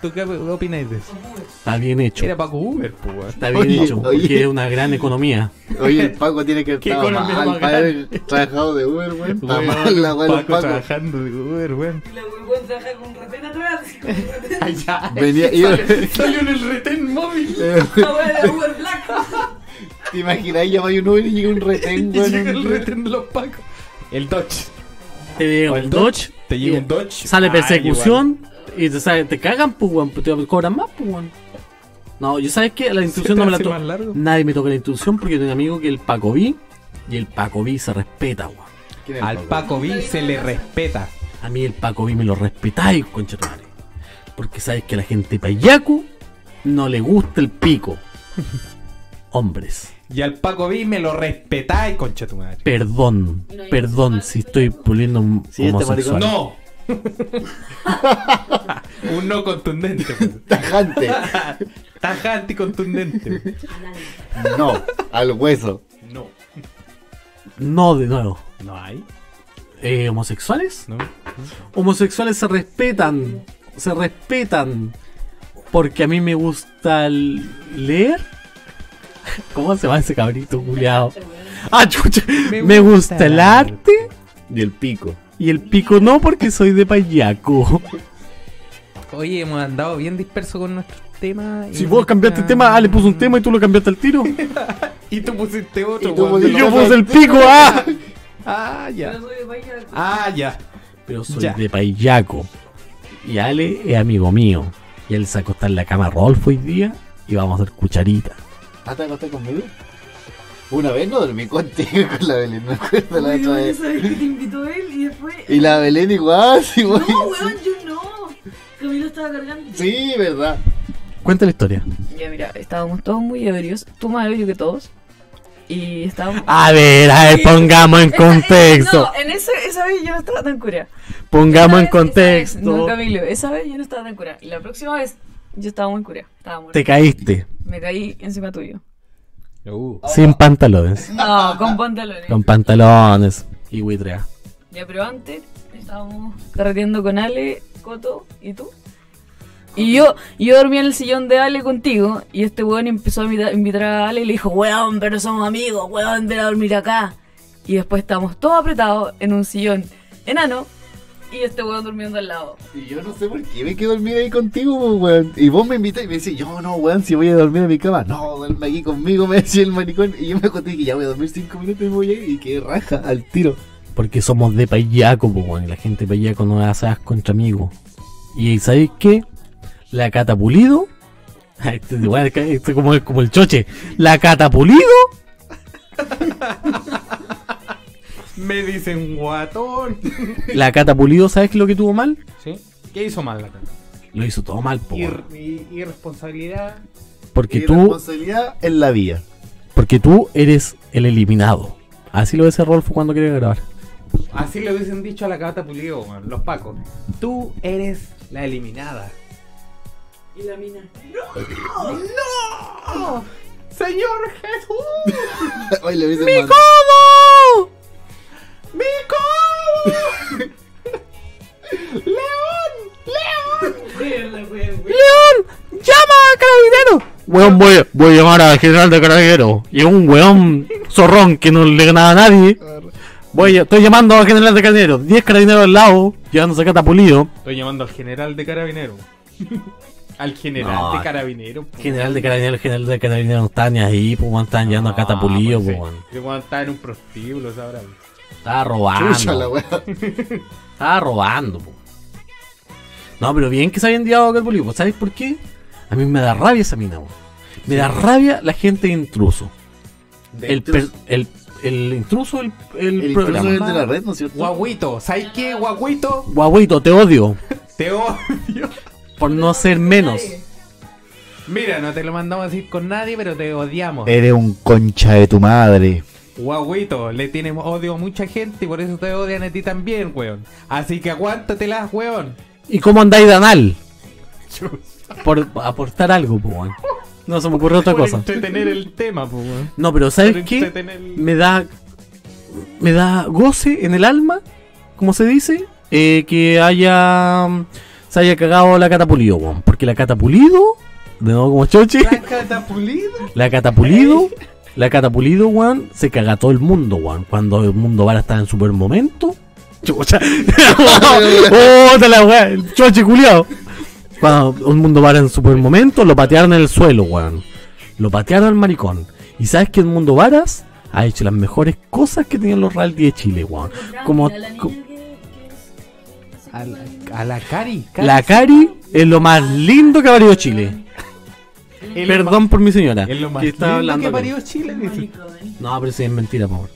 S1: ¿Tú qué opinas de eso?
S3: Está bien hecho.
S1: Era Paco Uber, pues. weón.
S3: Está bien
S2: Oye,
S3: hecho.
S2: oye.
S3: Porque es una gran economía.
S2: Oye, el Paco tiene (laughs) que
S1: Qué
S2: estar
S1: economía
S2: mal
S1: más
S2: para haber trabajado de Uber, weón. Está
S1: Weón,
S2: mal la weá de los
S1: Paco (laughs)
S2: pacos.
S1: trabajando de Uber, weón.
S5: Y la weón trabaja con rapera atrás.
S2: (laughs)
S3: (laughs)
S2: Venía, iba-
S3: Eh,
S1: Salió en el retén móvil.
S4: La wea de Uber Black.
S2: ¿Te imagináis? Llamáis un Uber y llega un retén,
S1: Y
S2: weón.
S1: llega el retén de los pacos. El Dodge.
S3: Te llega
S1: O
S3: un Dodge,
S1: Te llega un Dodge.
S3: sale
S1: Ay,
S3: persecución y te, sale- te cagan, pues, weón, pues, te cobran más, pues, weón. No, yo sabes que la instrucción
S1: te
S3: no me la
S1: hace
S3: toca.
S1: más largo?
S3: Nadie me toca la instrucción porque yo tengo un amigo que es el Paco B y el Paco B se respeta, weón.
S2: ¿Quién es el
S1: igual. Al Paco Bill se le respeta.
S3: A mí el Paco B me lo respetáis, conchetumare. Porque sabes que a la gente payacu no le gusta el
S1: (laughs)
S3: pico. Hombres,
S1: Y al Paco Bill me lo respetáis, concha tu madre.
S3: perdón, perdón si estoy puliendo un
S2: Sí, este
S3: homosexual.
S2: maricón-
S1: ¡No!
S3: (laughs)
S1: un no contundente. pues.
S2: Tajante.
S1: Tajante y contundente.
S2: No, al hueso.
S1: No.
S3: No, de nuevo.
S1: ¿No hay?
S3: Eh, ¿Homosexuales?
S1: ¿No?
S3: Homosexuales se respetan. Se respetan. Porque a mí me gusta el- leer. (laughs) ¿Cómo se va ese cabrito culiado? Ah, chucha.
S1: Me
S3: Me
S1: gusta
S3: gusta el
S1: el
S3: arte
S2: Y el pico.
S3: y el pico no porque soy
S1: (laughs)
S3: de payaco.
S1: Oye, hemos andado bien dispersos con nuestros temas.
S3: Si vos cambiaste el tema, ah, le puso un tema y tú lo cambiaste al
S1: (laughs)
S3: tiro. Y
S1: Y tú pusiste otro,
S2: Y tú
S1: weón.
S2: pusiste-
S3: yo puse el pico, ah.
S1: Ah, ya.
S4: Yo soy de Bahía.
S1: Ah, ya.
S3: Pero soy
S1: Ya.
S3: de payaco. Y Ale es amigo mío. Y él se acostó en la cama a Rolfo hoy día y vamos a hacer cucharita.
S2: ¿Ah, te acostaste conmigo? Una vez no dormí contigo con la Belén, me acuerdo la otra
S4: Oye,
S2: vez.
S4: ¿sabes que te invitó él y después.
S2: Y la Belén igual, sí,
S4: No,
S2: güey.
S4: weón, yo no. Camilo estaba cargando.
S2: Sí, verdad.
S3: Cuenta la historia.
S5: Ya, mira, estábamos todos muy ebrios. Tú más ebrio que todos. Y estábamos.
S3: A ver, a ver, pongamos Ah, en contexto.
S5: No, en ese, esa vez yo no estaba tan curada.
S3: Pongamos en
S5: Esa vez- esa vez- No,
S3: contexto.
S5: Camilo, esa vez yo no estaba tan curada. Y la próxima vez yo estaba muy curada. Estaba muerta.
S3: Te caíste.
S5: Me caí encima tuyo.
S1: Uh.
S3: Sin pantalones.
S5: No, con pantalones.
S3: Con pantalones. Y buitrea.
S5: Ya, pero antes estábamos (laughs) carreteando con Ale, Coto y tú. Y yo, yo dormía en el sillón de Ale contigo y este weón empezó a invita- invitar a Ale y le dijo, weón, pero somos amigos, weón, ven a dormir acá. Y después estábamos todos apretados en un sillón enano y este weón durmiendo al lado.
S2: Y yo no sé por qué me quedé dormir ahí contigo, pues, weón. Y vos me invitas y me decís, yo no, weón, si voy a dormir en mi cama. No, duerme aquí conmigo, me decía el maricón. Y yo me acosté y dije, ya voy a dormir cinco minutos y me voy a ir. Y quedé raja al tiro.
S3: Porque somos de payaco, po, weón, y la gente de payaco no hace asco contra amigos. Y ¿sabéis qué? La (laughs) catapulido. Este es igual, que- este es como, el- como el choche. La catapulido.
S1: Me dicen guatón.
S3: La catapulido, ¿sabes lo que tuvo mal?
S1: ¿Sí? ¿Qué hizo mal la tata?
S3: Lo hizo todo mal, po, weón.
S1: Ir- i- irresponsabilidad.
S3: Porque
S2: y
S3: tú,
S2: responsabilidad en la vía.
S3: porque tú eres el eliminado. Así lo dice Rolfo cuando quiere grabar.
S1: Así le hubiesen dicho a la cata pulido, weón, los pacos. Tú eres la eliminada.
S4: Y la mina.
S1: ¡No! ¡Señor Jesús!
S2: (laughs) (laughs) Ay, le hubiese mandado-
S3: ¡Cómo!
S1: ¡Mi codo! ¡León!
S4: Weón, la weón, weón.
S3: ¡León! ¡Llama a carabinero! Weón, voy, voy a llamar al general de carabinero. Y un weón zorrón que no le ganaba a nadie. Voy, a- estoy llamando al general de carabinero. 10 carabineros al lado, llevándose catapulido.
S1: Estoy llamando al general de
S3: (laughs)
S1: carabinero. al general
S3: No.
S1: de carabinero. po.
S3: General de carabinero, general de carabinero no estaban ni ahí, pues estaban llevando a catapulido,
S1: pues,
S3: pues
S1: sí. Ese weón estaba en un prostíbulo, sabrá.
S3: Estaba
S2: Chucha la
S3: robando.
S2: weá.
S3: Estaba robando, po. No, pero bien que se había enviado a Catapulido, pues, ¿sabes por qué? A mí me da rabia esa mina, weón. Me da rabia la gente de intruso. El, per- el, el intruso, el, el,
S2: El intruso
S3: programa.
S2: es el de la red, ¿no es cierto?
S1: Guaguito, ¿sabes qué, guaguito?
S3: Guaguito, te odio
S1: Te odio.
S3: por no ser menos.
S1: Mira, no te lo mandamos a decir con nadie, pero te odiamos.
S3: Eh.
S2: Eres un concha de tu madre.
S1: Guaguito, le tiene odio a mucha gente y por eso te odian a ti también, weón. Así que aguántatelas, weón.
S3: ¿Y cómo andáis de anal? Por aportar algo, pues, weón. No se me ocurre otra
S1: Por
S3: cosa.
S1: entretener el tema, pues, weón.
S3: No, pero ¿sabes
S1: por
S3: qué?
S1: entretener el-
S3: Me da. Me da goce en el alma, como se dice, eh, que haya. Se haya cagado la catapulido, weón. Porque la catapulido. De nuevo, como choche.
S1: La catapulido.
S3: La
S1: (laughs)
S3: catapulido, la catapulido, weón, se caga todo el mundo, weón. Cuando el mundo vara está en
S1: (laughs)
S3: super (laughs) momento. Chucha. ¡Oh, la weá! El choche culiao. Cuando un mundo vara en su buen momento, lo patearon en el suelo, weón. Lo patearon al maricón. Y sabes que el mundo varas ha hecho las mejores cosas que tenían los reality de Chile, weón. Como,
S4: La niña
S3: co-
S4: que- que es-
S1: A la, a la Cari. Cari.
S3: la Cari es lo más lindo que ha parido Chile.
S1: Es lo
S3: Perdón por mi señora.
S1: más- Es lo más
S3: que
S1: lindo
S3: estaba hablando.
S1: que
S3: con-
S1: parió Chile. dice.
S4: Maricón.
S3: No, pero sí es mentira, por favor.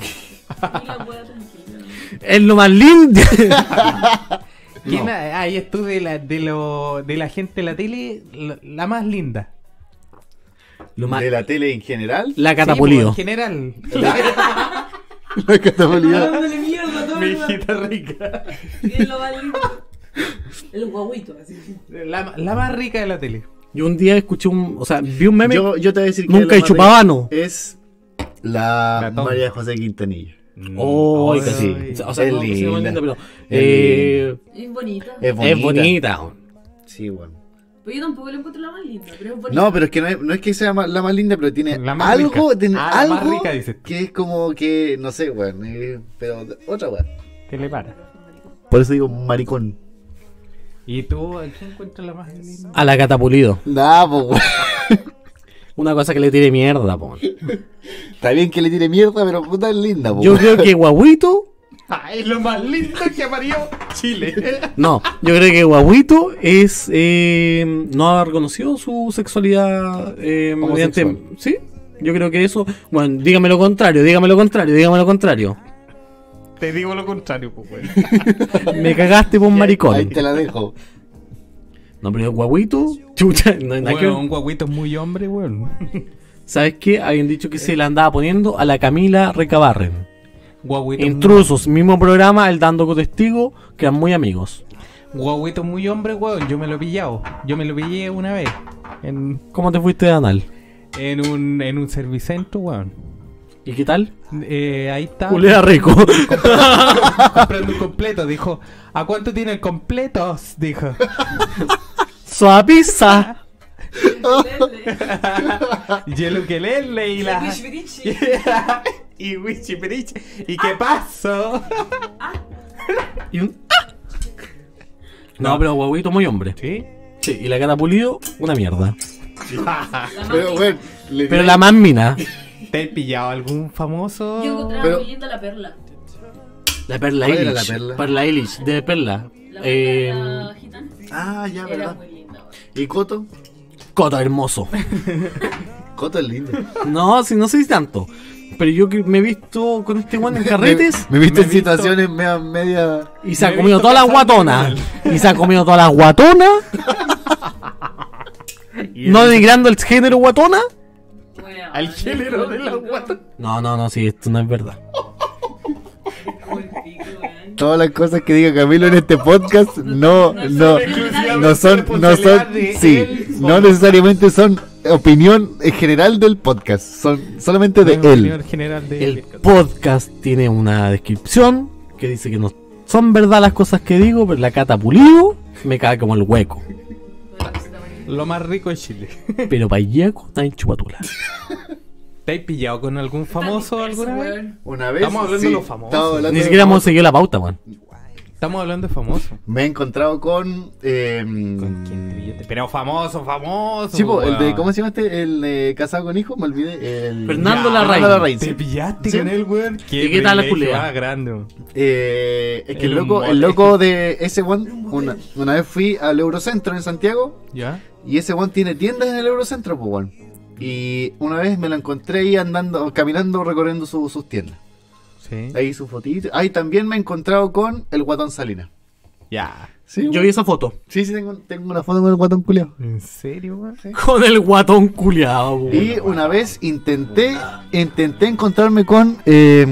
S4: Y la wea tranquila.
S3: Es lo más lindo.
S1: ¿Quién ha- ah, y es tú de la, de, lo, de la gente de la tele, la, la más linda.
S3: Lo más-
S2: De la tele en
S3: (laughs)
S2: general.
S3: La
S1: Sí,
S3: catapulido.
S1: pues, en general. (laughs) La
S2: La
S4: (laughs)
S2: catapolida.
S4: Dándole mierda a todo el mundo.
S1: rica.
S4: Y es lo más lindo. (laughs) El guaguito, así.
S1: La, la más rica de la tele.
S3: Yo un día escuché un. O sea, vi un meme.
S2: Yo, yo te voy a decir
S3: Nunca
S2: la
S3: he
S2: más
S3: chupado
S2: rica
S3: ano.
S2: Es la
S1: La Tom.
S2: María José Quintanilla.
S3: Oh,
S1: Ay,
S2: sí.
S3: O sea,
S2: Es
S3: no, sí,
S2: linda.
S3: bonita, pero.
S2: Es
S3: eh,
S4: Es bonita.
S2: Es bonita.
S3: es bonita. weón.
S2: Sí, bueno.
S4: Pero yo tampoco la encuentro la más linda, pero es (laughs) bonita.
S2: No, pero es que no es, no es que sea ma- la más linda, pero tiene
S1: La más
S2: algo,
S1: rica.
S2: tiene
S1: Ah, la más
S2: algo
S1: rica, dices tú.
S2: que es como que, no sé, weón. eh, pero otra weón.
S1: ¿Qué le para?
S2: Por eso digo maricón.
S1: ¿Y tú a quién encuentras la más linda?
S3: A la catapulido.
S2: Nah, pues weón. (laughs)
S3: Una cosa que le tire mierda, po.
S2: Está bien que le tire mierda, pero puta es linda, po.
S3: Yo
S2: (laughs)
S3: creo que Guaguito.
S1: Ay, lo más lindo que ha parido Chile.
S3: No, yo creo que Guaguito es. eh, no ha reconocido su sexualidad. eh, mediante.
S2: Homosexual.
S3: Sí, yo creo que eso. Bueno, dígame lo contrario, dígame lo contrario, dígame lo contrario.
S1: (laughs) Te digo lo contrario, pues, güey.
S3: Me cagaste (laughs) por un
S2: Ahí
S3: maricón.
S2: te la dejo.
S3: No, pero Guaguito. Chucha, no hay nada que-
S1: Bueno, un guaguito es muy hombre, güey.
S3: ¿Sabes qué? Habían dicho que se la andaba poniendo a la Camila Recabarren.
S1: Guaguito, es muy-
S3: Intrusos, mismo programa, el dando con testigo, que eran muy amigos.
S1: guaguito es muy hombre, güey. Yo me lo he pillado. Yo me lo pillé una vez. En,
S3: ¿Cómo te fuiste de anal?
S1: en un, en un servicentro, güey.
S3: ¿Y qué tal?
S1: Eh, ahí está.
S3: Culea rico.
S2: (laughs)
S1: comprando un completo. Dijo, ¿a cuánto tiene el completo? Dijo.
S3: Suapiza.
S2: (laughs)
S1: Y el ukelele y la...
S4: (laughs) Bichbirichi.
S1: y wichipirich. ¿Y qué pasó?
S3: Y un... ¡Ah! No, pero guaguito muy hombre.
S1: ¿Sí?
S3: Sí, y la cara pulido, una mierda.
S4: La más
S2: Pero
S4: linda.
S2: weón, le
S3: Pero la más mina.
S1: ¿Te has pillado algún famoso?
S4: Yo encontraba
S2: Pero-
S4: muy linda la perla.
S3: La perla
S2: ¿Cuál era
S3: Illich.
S2: la perla?
S3: Illich, de perla.
S4: La
S3: Eh,
S4: perla gitana.
S2: Ah, ya,
S4: Era
S2: verdad.
S4: muy linda. güey.
S2: ¿Y Coto?
S3: Coto hermoso.
S2: Coto es lindo.
S3: No, si no sé si tanto. Pero yo que me he visto con este guan en carretes.
S2: Me, me viste
S1: Me
S2: en
S1: he visto-
S2: situaciones media, media.
S3: Y se
S1: Me
S3: ha
S1: he
S3: comido
S1: visto
S3: todas las
S1: cazando
S3: guatonas. Y se ha comido todas las guatonas.
S1: Y
S3: No
S1: el-
S3: denigrando el género guatona.
S4: Bueno,
S1: Al género de la
S4: rico,
S1: guata.
S3: No, no, no, sí, esto no es verdad.
S4: muy rico, güey.
S2: Todas las cosas que diga Camilo en este podcast no, no, no son, no son, sí, no necesariamente son opinión en general del podcast, son solamente de
S1: Bueno,
S2: él.
S1: señor general de
S3: El podcast tiene una descripción que dice que no son verdad las cosas que digo, pero la cata pulido me cae como el hueco.
S1: Lo más rico de Chile.
S3: Pero payeco está en chupatula.
S1: ¿Te has pillado con algún famoso
S4: Está disperso,
S1: alguna vez?
S4: güey.
S2: Una vez.
S1: Estamos hablando de los famosos.
S2: estaba hablando
S3: Ni
S2: de
S3: siquiera
S2: los
S3: hemos seguido la pauta, man.
S1: Estamos hablando de famoso.
S2: famosos. Me he encontrado con. Eh,
S1: Pero famoso, famoso.
S2: Sí, po, el de,
S1: weón.
S2: ¿cómo se llama este? El de casado con hijo, me olvidé. El...
S3: Fernando
S1: Ya,
S3: Larraín.
S2: Fernando Larraín,
S1: Te
S2: sí.
S1: pillaste
S2: Sí.
S1: con él, weón.
S3: ¿Y qué tal la
S1: privilegio
S3: culea?
S1: más grande, weón.
S2: Eh, es que el
S1: El
S2: loco,
S1: mole.
S2: el loco de ese one, una, una vez fui al Eurocentro en Santiago
S1: ¿Ya?
S2: y ese one tiene tiendas en el Eurocentro, pues weón. Y una vez me lo encontré ahí andando, caminando, recorriendo su- sus tiendas.
S1: Sí.
S2: Ahí su fotito. Ahí también me he encontrado con el guatón Salina.
S1: Ya.
S2: Sí,
S3: Yo
S2: weón.
S3: vi esa foto.
S2: sí, sí, tengo, tengo una foto con el guatón culiao.
S1: ¿En serio, weón?
S3: Con el guatón culiado, weón.
S2: Y una vez intenté, intenté encontrarme con eh,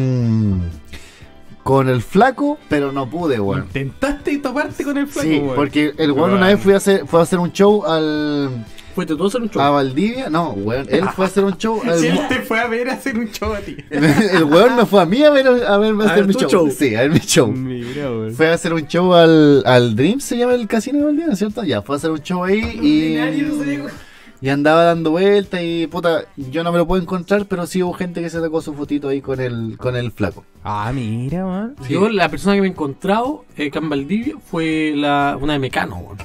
S2: con el flaco, pero no pude, weón.
S1: Intentaste toparte con el flaco,
S2: Sí,
S1: weón.
S2: porque el weón
S1: Weón.
S2: una vez fui a hacer, fue a hacer un show al
S3: Fuiste tú a hacer un show.
S2: a Valdivia. No, weón, él fue a hacer un show
S1: (laughs)
S2: al-
S1: Si
S3: (laughs)
S1: él te fue a ver a hacer un show a ti.
S2: (laughs) el weón me fue a mí a ver a, ver, a hacer
S3: ver
S2: mi
S3: tu
S2: show. Mm.
S3: show.
S2: Sí, a ver mi show.
S1: Mira, weón.
S2: Fue a hacer un show al, al Dream, se llama el casino de Valdivia, ¿cierto? Ya, fue a hacer un show ahí y, y andaba dando vueltas y puta, yo no me lo puedo encontrar, pero sí hubo gente que se sacó su fotito ahí con el, con el flaco.
S1: Ah, mira, weón.
S3: Yo, la persona que me he encontrado eh, acá en Valdivia fue la, una de Mecano, weón.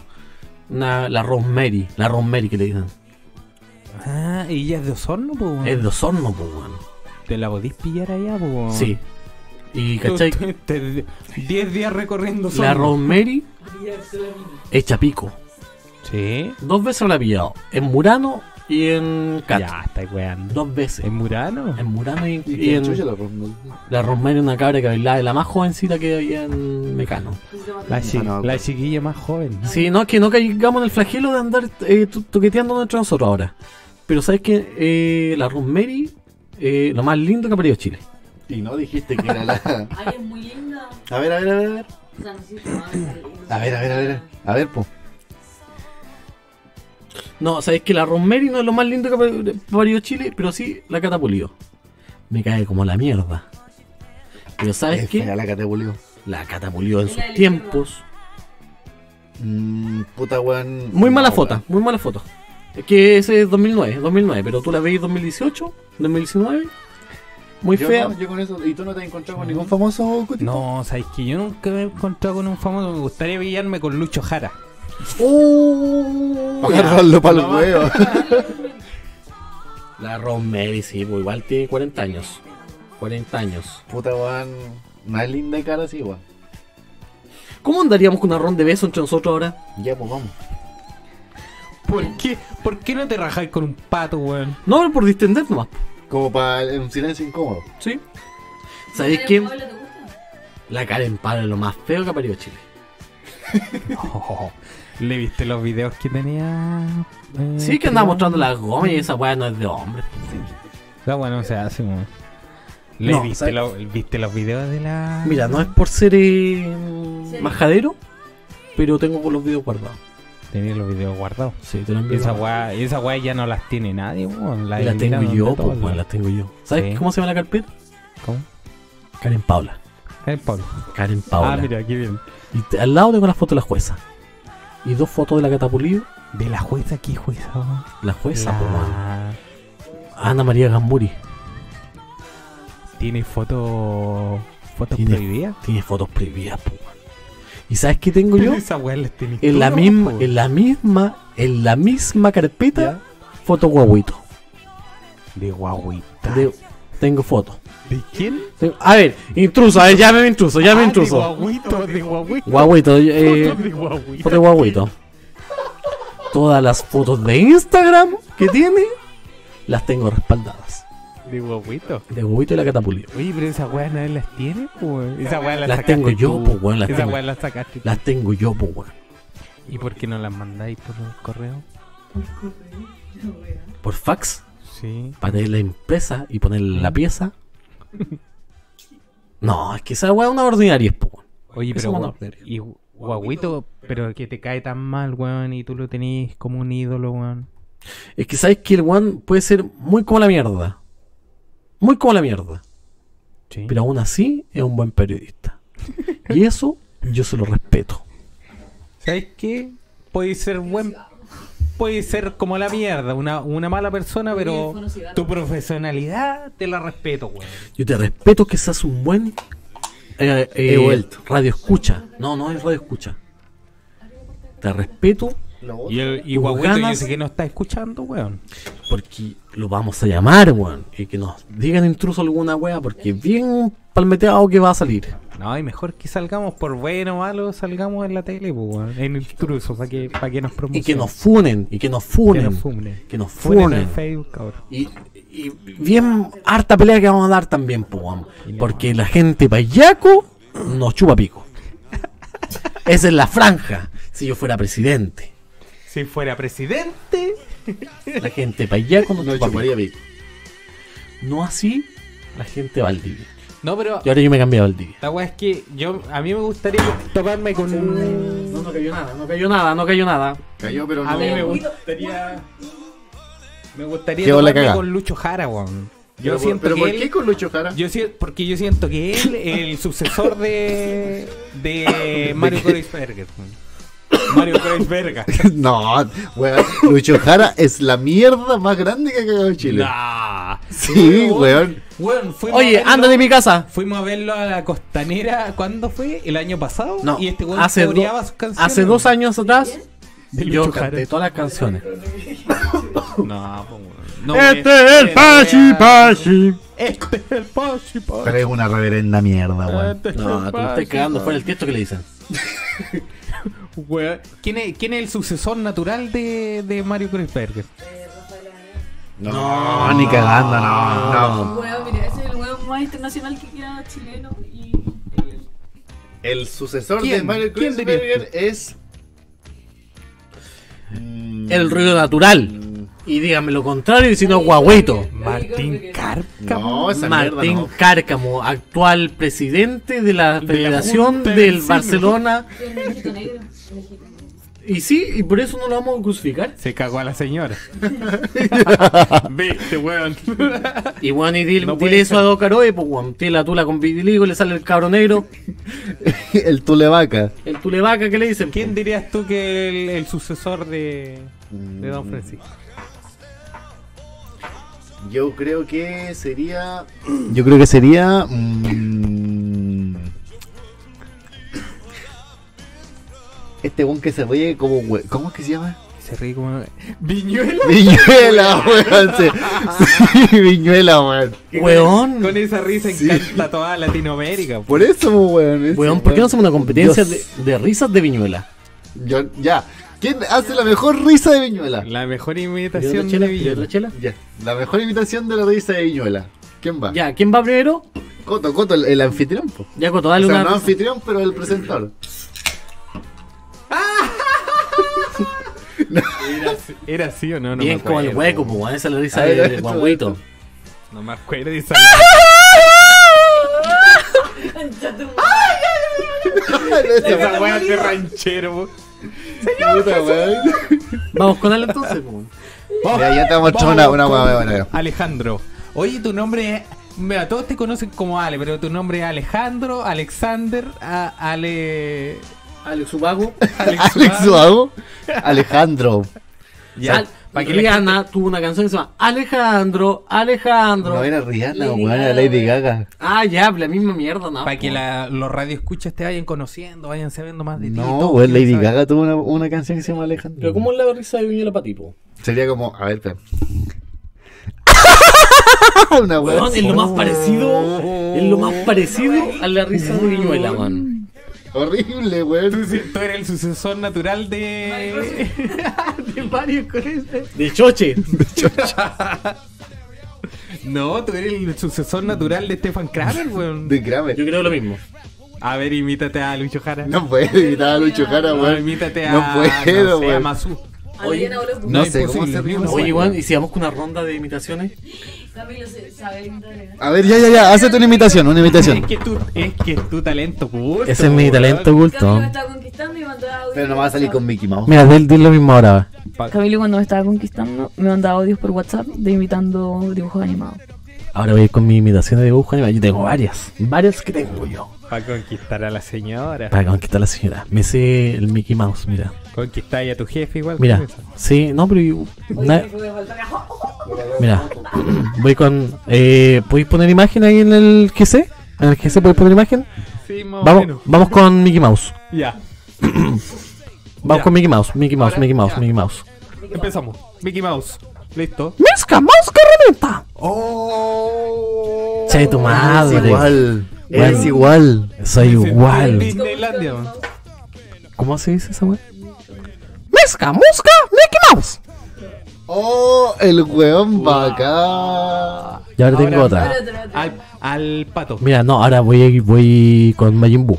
S3: Una, la Rosemary, la Rosemary que le dicen.
S1: Ah, y ella es de Osorno, pues, weón.
S3: Es de Osorno, pues, weón.
S1: ¿Te la podís pillar allá, pues, weón?
S3: Sí. Y
S1: Tú-
S3: cachai,
S1: tú- te- Diez días recorriendo
S3: la
S1: Osorno.
S3: Rosemary echa pico.
S1: Sí.
S3: Dos veces me la he pillado. En Murano y en Cat.
S1: Ya, está weando.
S3: Dos veces.
S1: ¿En Murano?
S3: En Murano y,
S2: Y
S3: y
S2: que
S3: en.
S2: chucha la pongo.
S3: La Rosemary, una cabra que bailaba, la más jovencita que había en Mecano.
S1: La, chi-
S2: Ah, no,
S1: la
S2: pues.
S1: chiquilla más joven.
S3: Sí, no, es que no caigamos en el flagelo de andar eh, tu- toqueteando entre nosotros ahora. Pero sabes que la Rosemary, eh, lo más lindo que ha perdido Chile.
S2: Y no dijiste que era la.
S4: Ay, es muy linda.
S2: (laughs) A ver, a ver, a ver, a ver.
S4: O sea, no sé si te va a salir.
S2: A ver, a ver, a ver. A ver, po.
S3: No, sabes que la Rosemary no es lo más lindo que ha per- perdido Chile, pero sí la Catapulido. Me cae como la mierda. Pero sabes
S2: Es
S3: que
S2: fea la categoría.
S3: la Catapulido en
S4: Es la
S3: sus
S4: del
S3: tiempos.
S2: Mm, puta weón.
S3: Muy mala
S2: No,
S3: foto,
S2: weón.
S3: muy mala foto. Es que ese es 2009, 2009, pero tú la veis 2018, 2019. Muy
S2: Yo
S3: fea.
S2: no, yo con eso. ¿Y tú no te has encontrado con ningún famoso cutito? (laughs)
S1: No, sabes que yo nunca me he encontrado con un famoso. Me gustaría pillarme con Lucho Jara.
S3: ¡Uh!
S2: Agarrarlo para los huevos.
S3: La Rosemary, sí, pues igual tiene 40 años. 40 años.
S2: Puta weón. Una linda cara así, weón.
S3: ¿Cómo andaríamos con una ronda de besos entre nosotros ahora?
S2: Ya, pues vamos.
S1: ¿Por qué, ¿Por qué no te rajáis con un pato, weón?
S3: No, por distender nomás.
S2: Como para un silencio incómodo.
S3: Sí. ¿Sabéis
S4: ¿Te
S3: qué?
S4: gusta?
S3: La Karen Pablo es lo más feo que ha parido Chile.
S1: Oh, ¿Le viste los videos que tenía? eh,
S3: Sí, que andaba mostrando las gomas y esa weá no es de hombre.
S1: La weá no Ah, se hace, weón. ¿Le
S3: No,
S1: viste,
S3: ¿sabes?
S1: lo- viste los videos de la.?
S3: Mira, no es por ser eh,
S4: Sí.
S3: majadero, pero tengo los videos guardados.
S1: Tenía los videos guardados.
S3: Sí, te lo
S1: Y
S3: envío.
S1: esa weá, y esa weá ya no las tiene nadie, weón.
S3: La tengo
S1: eliminaron
S3: yo,
S1: de
S3: pues,
S1: todos,
S3: weón,
S1: weón.
S3: la tengo yo. ¿Sabes
S1: Sí.
S3: cómo se llama la carpeta?
S1: ¿Cómo?
S3: Karen Paula.
S1: El Pablo.
S3: Karen Paula.
S1: Ah, mira, qué bien.
S3: Y te- al lado tengo la foto de la jueza. Y dos fotos de la catapulido.
S1: De la jueza, ¿qué jueza? weón?
S3: La jueza, po, weón.
S1: La-
S3: Ana María Gamburi.
S1: Tiene fotos. fotos
S3: Tiene-
S1: prohibidas.
S3: Tiene fotos prohibidas, po, weón. ¿Y sabes qué
S1: (laughs)
S3: tengo yo?
S1: Esa weá las tiene
S3: En la
S1: tú,
S3: misma,
S1: po.
S3: en la misma, en la misma carpeta, foto guaguito.
S1: De guaguita.
S3: De- tengo fotos.
S1: ¿De quién?
S3: Tengo- A ver, intruso, a ver, llámeme intruso, llámeme
S1: Ah, De
S3: intruso.
S1: guaguito, de guaguito.
S3: Guaguito,
S1: (laughs)
S3: eh,
S1: Fotos de guaguito.
S3: foto de guaguito. Todas las fotos de Instagram que tiene, las tengo respaldadas.
S1: De guaguito.
S3: De guaguito y la catapulio.
S1: Oye, pero esa weá nadie las tiene, pues. Esa weá la
S3: Las
S1: sacaste
S3: tengo yo,
S1: tú.
S3: po, weón, las
S1: Esa
S3: tengo.
S1: weá la sacaste. tú.
S3: Las tengo yo, po, weón.
S1: ¿Y por qué no las mandáis por el correo?
S3: Por fax,
S1: Sí.
S3: para tener la empresa y ponerle
S2: Mm.
S3: la pieza. (laughs) No, es que esa weá es una ordinaria, po, weón.
S1: Oye, pero.
S3: Eso cuando-
S1: gua- Y gu- guaguito, pero que te cae tan mal, weón, y tú lo tenés como un ídolo, weón.
S3: Es que sabes que el weón puede ser muy como la mierda. Muy como la mierda.
S1: Sí.
S3: Pero aún así es un
S2: (laughs)
S3: buen periodista. Y eso yo se lo respeto.
S1: ¿Sabes qué? Puede ser buen. Puede ser como la mierda, una, una mala persona, pero tu profesionalidad te la respeto, weón.
S3: Yo te respeto que seas un buen eh, eh,
S2: He vuelto.
S3: radio escucha. No, no es radio escucha. Te respeto
S1: Y, el, y
S3: Tus
S1: Guaguito yo
S3: ganas-
S1: sé que no está escuchando, weón.
S3: porque lo vamos a llamar, weón. Y que nos digan intruso alguna wea porque bien palmeteado que va a salir.
S1: No, y mejor que salgamos por bueno o malo, salgamos en la tele, pues, weón. En el truzo, para que, para que nos
S3: Y
S1: promocionen.
S3: que nos funen, y que nos
S1: Que
S3: funen.
S1: nos funen.
S3: Que nos
S1: Funen en
S3: funen.
S1: Facebook, cabrón.
S3: Y, y bien harta pelea que vamos a dar también, po, weón. porque la gente payaco nos chupa (laughs) pico. Esa es la franja. Si yo fuera presidente,
S1: Si fuera presidente,
S3: la gente payaco nos
S2: No
S3: chupa
S2: chuparía
S3: pico.
S2: pico.
S3: No así la gente Valdivia.
S1: No, pero
S3: Y ahora yo me cambié a Valdivia.
S1: la weá es que yo a mí me gustaría toparme con un
S3: No, cayó nada, no cayó nada, no cayó nada.
S2: Cayó, pero no.
S1: a mí me gustaría me gustaría
S2: Quedó la
S1: toparme
S2: cagá.
S1: con Lucho Jara, weón. Yo
S2: Pero, por-
S1: siento
S2: pero
S1: que
S2: ¿por
S1: él-
S2: qué con Lucho Jara?
S1: yo si- porque yo siento que él el sucesor de de Mario Kreisberger. weón. Mario Kreisberger.
S2: (laughs) no, weón. Lucho Jara es la mierda más grande que ha cagado Chile.
S1: Nah.
S2: Sí, weón.
S1: Weón, fuimos a
S3: Oye,
S1: verlo-
S3: anda de mi casa.
S1: Fuimos a verlo a la costanera, ¿cuándo fue? ¿El año pasado?
S3: No,
S1: y este weón
S3: hace, do-
S1: coreaba sus canciones.
S3: hace dos años atrás Yo canté todas las canciones.
S1: No, pues, weón. No,
S2: Este
S1: weón.
S2: es el Pachi Pachi.
S1: Este es el Pachi Pachi.
S2: Pero es una reverenda mierda, weón.
S1: Este es el
S3: No, Ah, te lo
S1: Pachi.
S3: estoy cagando fuera el texto que le dicen.
S1: Weón, ¿Quién es, ¿Quién es el sucesor natural de, de Mario Kreuzberger?
S2: No, ni cagando, no, no.
S4: Huevo, mira, ese es el huevo más internacional que queda chileno y. eh,
S2: El sucesor
S1: ¿Quién?
S2: de Mario
S1: ¿Quién
S2: Kreuzberger es.
S3: El ruido natural. Y dígame lo contrario y si no, guagüito.
S1: Martín Carca.
S2: No, esa
S3: Martín
S2: mierda no.
S3: Cárcamo, actual presidente de la Federación
S1: Junta de
S3: del
S1: Vecinos.
S3: Barcelona.
S4: El México negro. México.
S3: Y sí, y por eso no lo vamos
S1: (laughs)
S3: a crucificar.
S1: Se cagó a la señora. (laughs) Viste, weón.
S3: Y bueno, y dile,
S1: No
S3: dile
S1: puede
S3: eso a Docaroe, pues bueno, tiene la tula con vitiligo, le sale el cabro negro,
S2: (laughs) el Tulevaca.
S3: el tulevaca que le dicen.
S1: ¿Quién dirías tú que el, el sucesor de, de Don Francisco?
S2: Yo creo que sería. (clears throat) Yo creo que sería. mm, Este weón que se ríe como un hue- ¿Cómo es que se llama?
S1: Se ríe como. ¿Viñuela?
S2: (laughs) Viñuela, weón. se- Sí, (laughs) Viñuela, weón.
S3: Weón,
S1: Con esa risa encanta toda Latinoamérica.
S2: Por eso, weón. ese
S3: weón, ¿por qué no hacemos una competencia de,
S2: Dios.
S3: de risas de viñuela?
S2: Yo- ya. ¿Quién hace la mejor risa de Viñuela?
S1: La mejor
S3: ¿Pidió otra
S1: imitación
S3: chela?
S1: de
S3: ¿Pidió otra
S1: Viñuela.
S3: chela?
S2: Ya. La mejor imitación de la risa de Viñuela. ¿Quién va?
S3: Ya, ¿quién va primero?
S2: Coto, Coto, el, el anfitrión, po.
S3: Ya, Coto,
S2: O
S3: dale
S2: sea,
S3: una.
S2: no anfitrión, pero el presentador.
S1: Era así o no, no
S3: Bien,
S1: me
S3: como
S1: acuerdo.
S3: el hueco, pues, weón, esa es la risa
S2: A ver,
S3: de
S2: esto,
S3: guagüito.
S2: esto.
S1: No me acuerdo. (laughs) y Esa weá de ranchero, po.
S2: Puta, weón.
S3: Vamos con él entonces, pues, weón.
S1: Vamos,
S2: Ya, ya te hemos hecho
S1: vamos
S2: una- una
S1: con
S2: hueá buena, ya.
S1: Alejandro. Oye, tu nombre es. Mira, todos te conocen como Ale, pero tu nombre es Alejandro, Alexander, a- Ale.
S3: Alex Ubago.
S1: Alex
S2: (laughs) Alex
S1: Suárez.
S2: Suago. Alejandro.
S1: Ya.
S3: Al- Para que Rihanna tuvo una canción que se llama Alejandro, Alejandro.
S2: No era Rihanna,
S5: Lady
S2: weón, era
S5: Gaga,
S2: Lady
S5: weón.
S2: Gaga.
S3: Ah, ya, la misma mierda, ¿no?
S1: Para que la- los radioescuchas te vayan conociendo, vayan sabiendo más de ti.
S2: No,
S1: todo,
S2: weón,
S1: ¿quién
S2: Lady
S1: sabe?
S2: Gaga tuvo una, una canción que se llama Alejandro.
S3: Pero ¿cómo es la risa de Viñuela para tipo?
S2: Sería como, a ver,
S3: (laughs)
S2: espera. (laughs) una weá
S3: Weón, es lo más
S2: así.
S3: parecido, es lo más parecido a la risa de Viñuela, weón.
S2: Horrible,
S1: Tú,
S2: weón.
S1: sí- tú eres el sucesor natural de. de Mario Kreuzberg.
S3: De choche.
S1: No, tú eres el sucesor natural de Stefan Kramer, weón.
S2: De grave.
S3: Yo creo lo mismo.
S1: A ver, imítate a Lucho Jara.
S2: No puedo imitar a Lucho Jara,
S1: No,
S2: weón.
S1: imítate a.
S2: No puedo,
S1: no sé, a
S2: weón.
S1: Mazú.
S4: Adriana Orozco.
S2: No
S1: es
S2: sé cómo
S1: posible,
S2: hacer
S1: ni
S2: una
S1: una
S2: weá.
S3: Oye, weón, ¿y si vamos con una ronda de imitaciones?
S4: Camilo se sabe imitar, ¿eh?
S2: A ver, ya, ya, ya. Hazte una imitación, una
S1: Es
S2: imitación.
S1: que tú, es que es tu talento, oculto, weón.
S4: Camilo me está conquistando y mandaba audio.
S2: Pero no va a salir con Mickey Mouse.
S3: Mira, dile lo mismo ahora.
S5: Camilo cuando me estaba conquistando me mandaba audios por WhatsApp de imitando dibujos animados.
S3: Ahora voy con mi imitación de dibujo animado. Yo tengo varias. Varias que tengo yo.
S1: Para conquistar a la señora.
S3: Para conquistar a la señora. Me sé el Mickey Mouse, mira.
S1: Conquistar a tu jefe igual.
S3: Mira.
S1: ¿qué
S3: Sí, no, pero... yo- na-
S4: Oye, que me faltaba-
S3: Mira, (clears throat) voy con. Eh, ¿Podéis poner imagen ahí en el GC? ¿En el GC podéis poner imagen?
S1: pasa? Sí, más o menos.
S3: Vamos, vamos con Mickey Mouse.
S1: Ya.
S3: Vamos
S1: Ya.
S3: con Mickey Mouse, Mickey Mouse,
S1: Ahora,
S3: Mickey Mouse,
S1: ya.
S3: Mickey Mouse.
S1: Empezamos. Mickey Mouse. Listo.
S3: ¡Misca, Mouse Carroneta!
S2: ¡Oh!
S3: Che, tu madre.
S2: Es igual.
S3: Bueno.
S2: Es igual.
S3: Soy igual.
S1: Disneylandia. weón.
S3: ¿Cómo se dice esa weá? ¡Misca, Musca, Mickey Mouse!
S2: ¡Oh! El weón va acá.
S3: Y ahora tengo
S1: Ahora-
S3: otra.
S4: Otra, otra, otra.
S1: Al, al pato.
S3: Mira, no, ahora voy, voy con Majin Buu.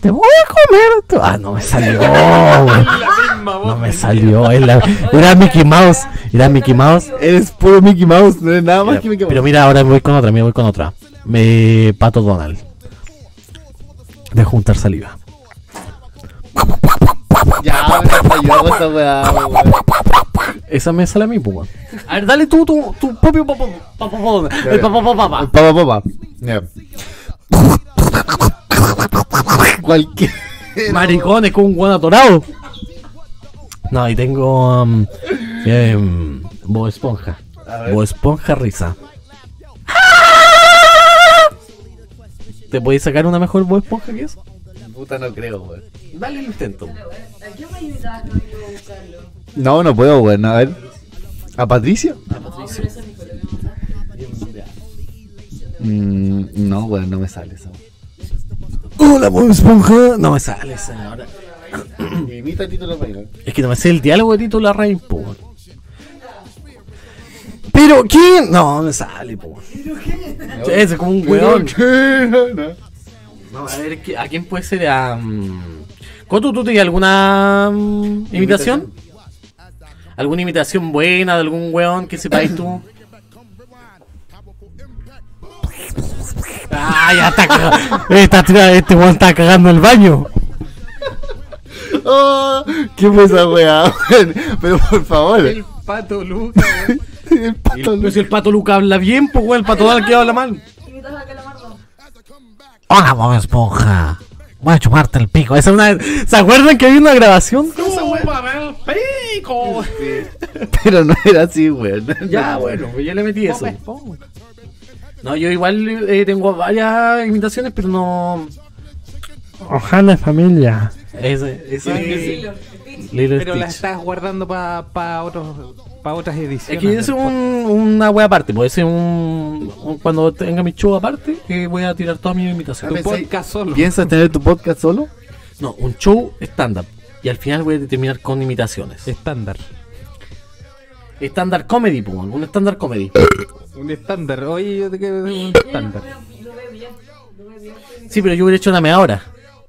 S3: Te voy a comer. tu- Ah, no
S2: (laughs)
S3: me salió, weón.
S1: La misma voz.
S3: No me salió. es la- Era Mickey Mouse. Era Mickey Mouse.
S2: Eres puro Mickey Mouse, no es nada más
S3: Mira,
S2: que Mickey Mouse.
S3: pero mira, ahora voy con otra, mira, voy con otra. Me pato Donald. De juntar saliva.
S2: Ya, me falló esa weá, weón.
S3: Esa me sale a mí, pues. A ver, dale tú tu, tu propio papá.
S2: El papá, papá. Papá, papá. Ya. Cualquier.
S3: Maricones con un guan atorado. No, y tengo. Um, em, Bob Esponja. Bob Esponja risa. ¿Te podéis sacar una mejor Bob Esponja que eso?
S2: Puta, no creo, weón.
S6: Dale el intento.
S4: ¿A quién me invitabas no iba a buscarlo?
S2: No, no puedo, weón. A ver. ¿A Patricia?
S4: No, pero eso es Nicolás.
S2: Mm, no, weón, no me sale esa. weón.
S6: Hola, Bob Esponja. No me sale esa ahora.
S2: Imita título para
S6: Es que no me sé el diálogo de Tito Larraín, po. weón. Pero quién? No, no me sale, po. Ese es como un weón.
S2: (laughs)
S6: No, a ver, ¿qué- ¿a quién puede ser? A, mm, Coto, ¿tú tienes alguna mm, imitación? ¿Alguna imitación buena de algún weón que sepáis tú? Ah, ya está cagando. este weón está cagando el baño.
S2: Oh, ¿Qué fue esa weá, weón? Pero por favor.
S1: El pato Luca, weón.
S2: (laughs) El pato
S6: Pero si el pato Luca habla bien, pues weón, el pato Dal que habla mal.
S4: ¿Invitabas a Calamardo?
S6: Hola, Bob Esponja. Voy a chuparte el pico. Esa es una... ¿Se acuerdan que había una grabación? ¡Chúpame el pico!
S2: Pero no era así, weón. (laughs)
S6: Ya, bueno, pues yo le metí eso. No, yo igual eh, tengo varias imitaciones, pero no.
S7: Ojalá familia.
S6: Ese,
S1: Sí.
S6: ese.
S4: Lilo, Stitch.
S6: Lilo
S1: Pero la
S6: Stitch.
S1: estás guardando para pa otros pa otras
S6: Es
S1: ediciones.
S6: que es un, una wea aparte, puede ser un, un- Cuando tenga mi show aparte, eh, voy a tirar todas mis
S1: Tu
S6: imitaciones.
S2: Pensé-
S1: podcast solo.
S2: ¿Piensas tener tu podcast solo?
S6: No, un show stand-up. Y al final voy a terminar con imitaciones.
S1: Estándar.
S6: Estándar comedy, po, un estándar comedy.
S1: Un estándar. Oye, yo te quiero decir un
S4: Ya, Lo
S1: estándar.
S4: veo- lo veo bien. Lo veo bien.
S6: Sí, pero yo hubiera hecho una media hora.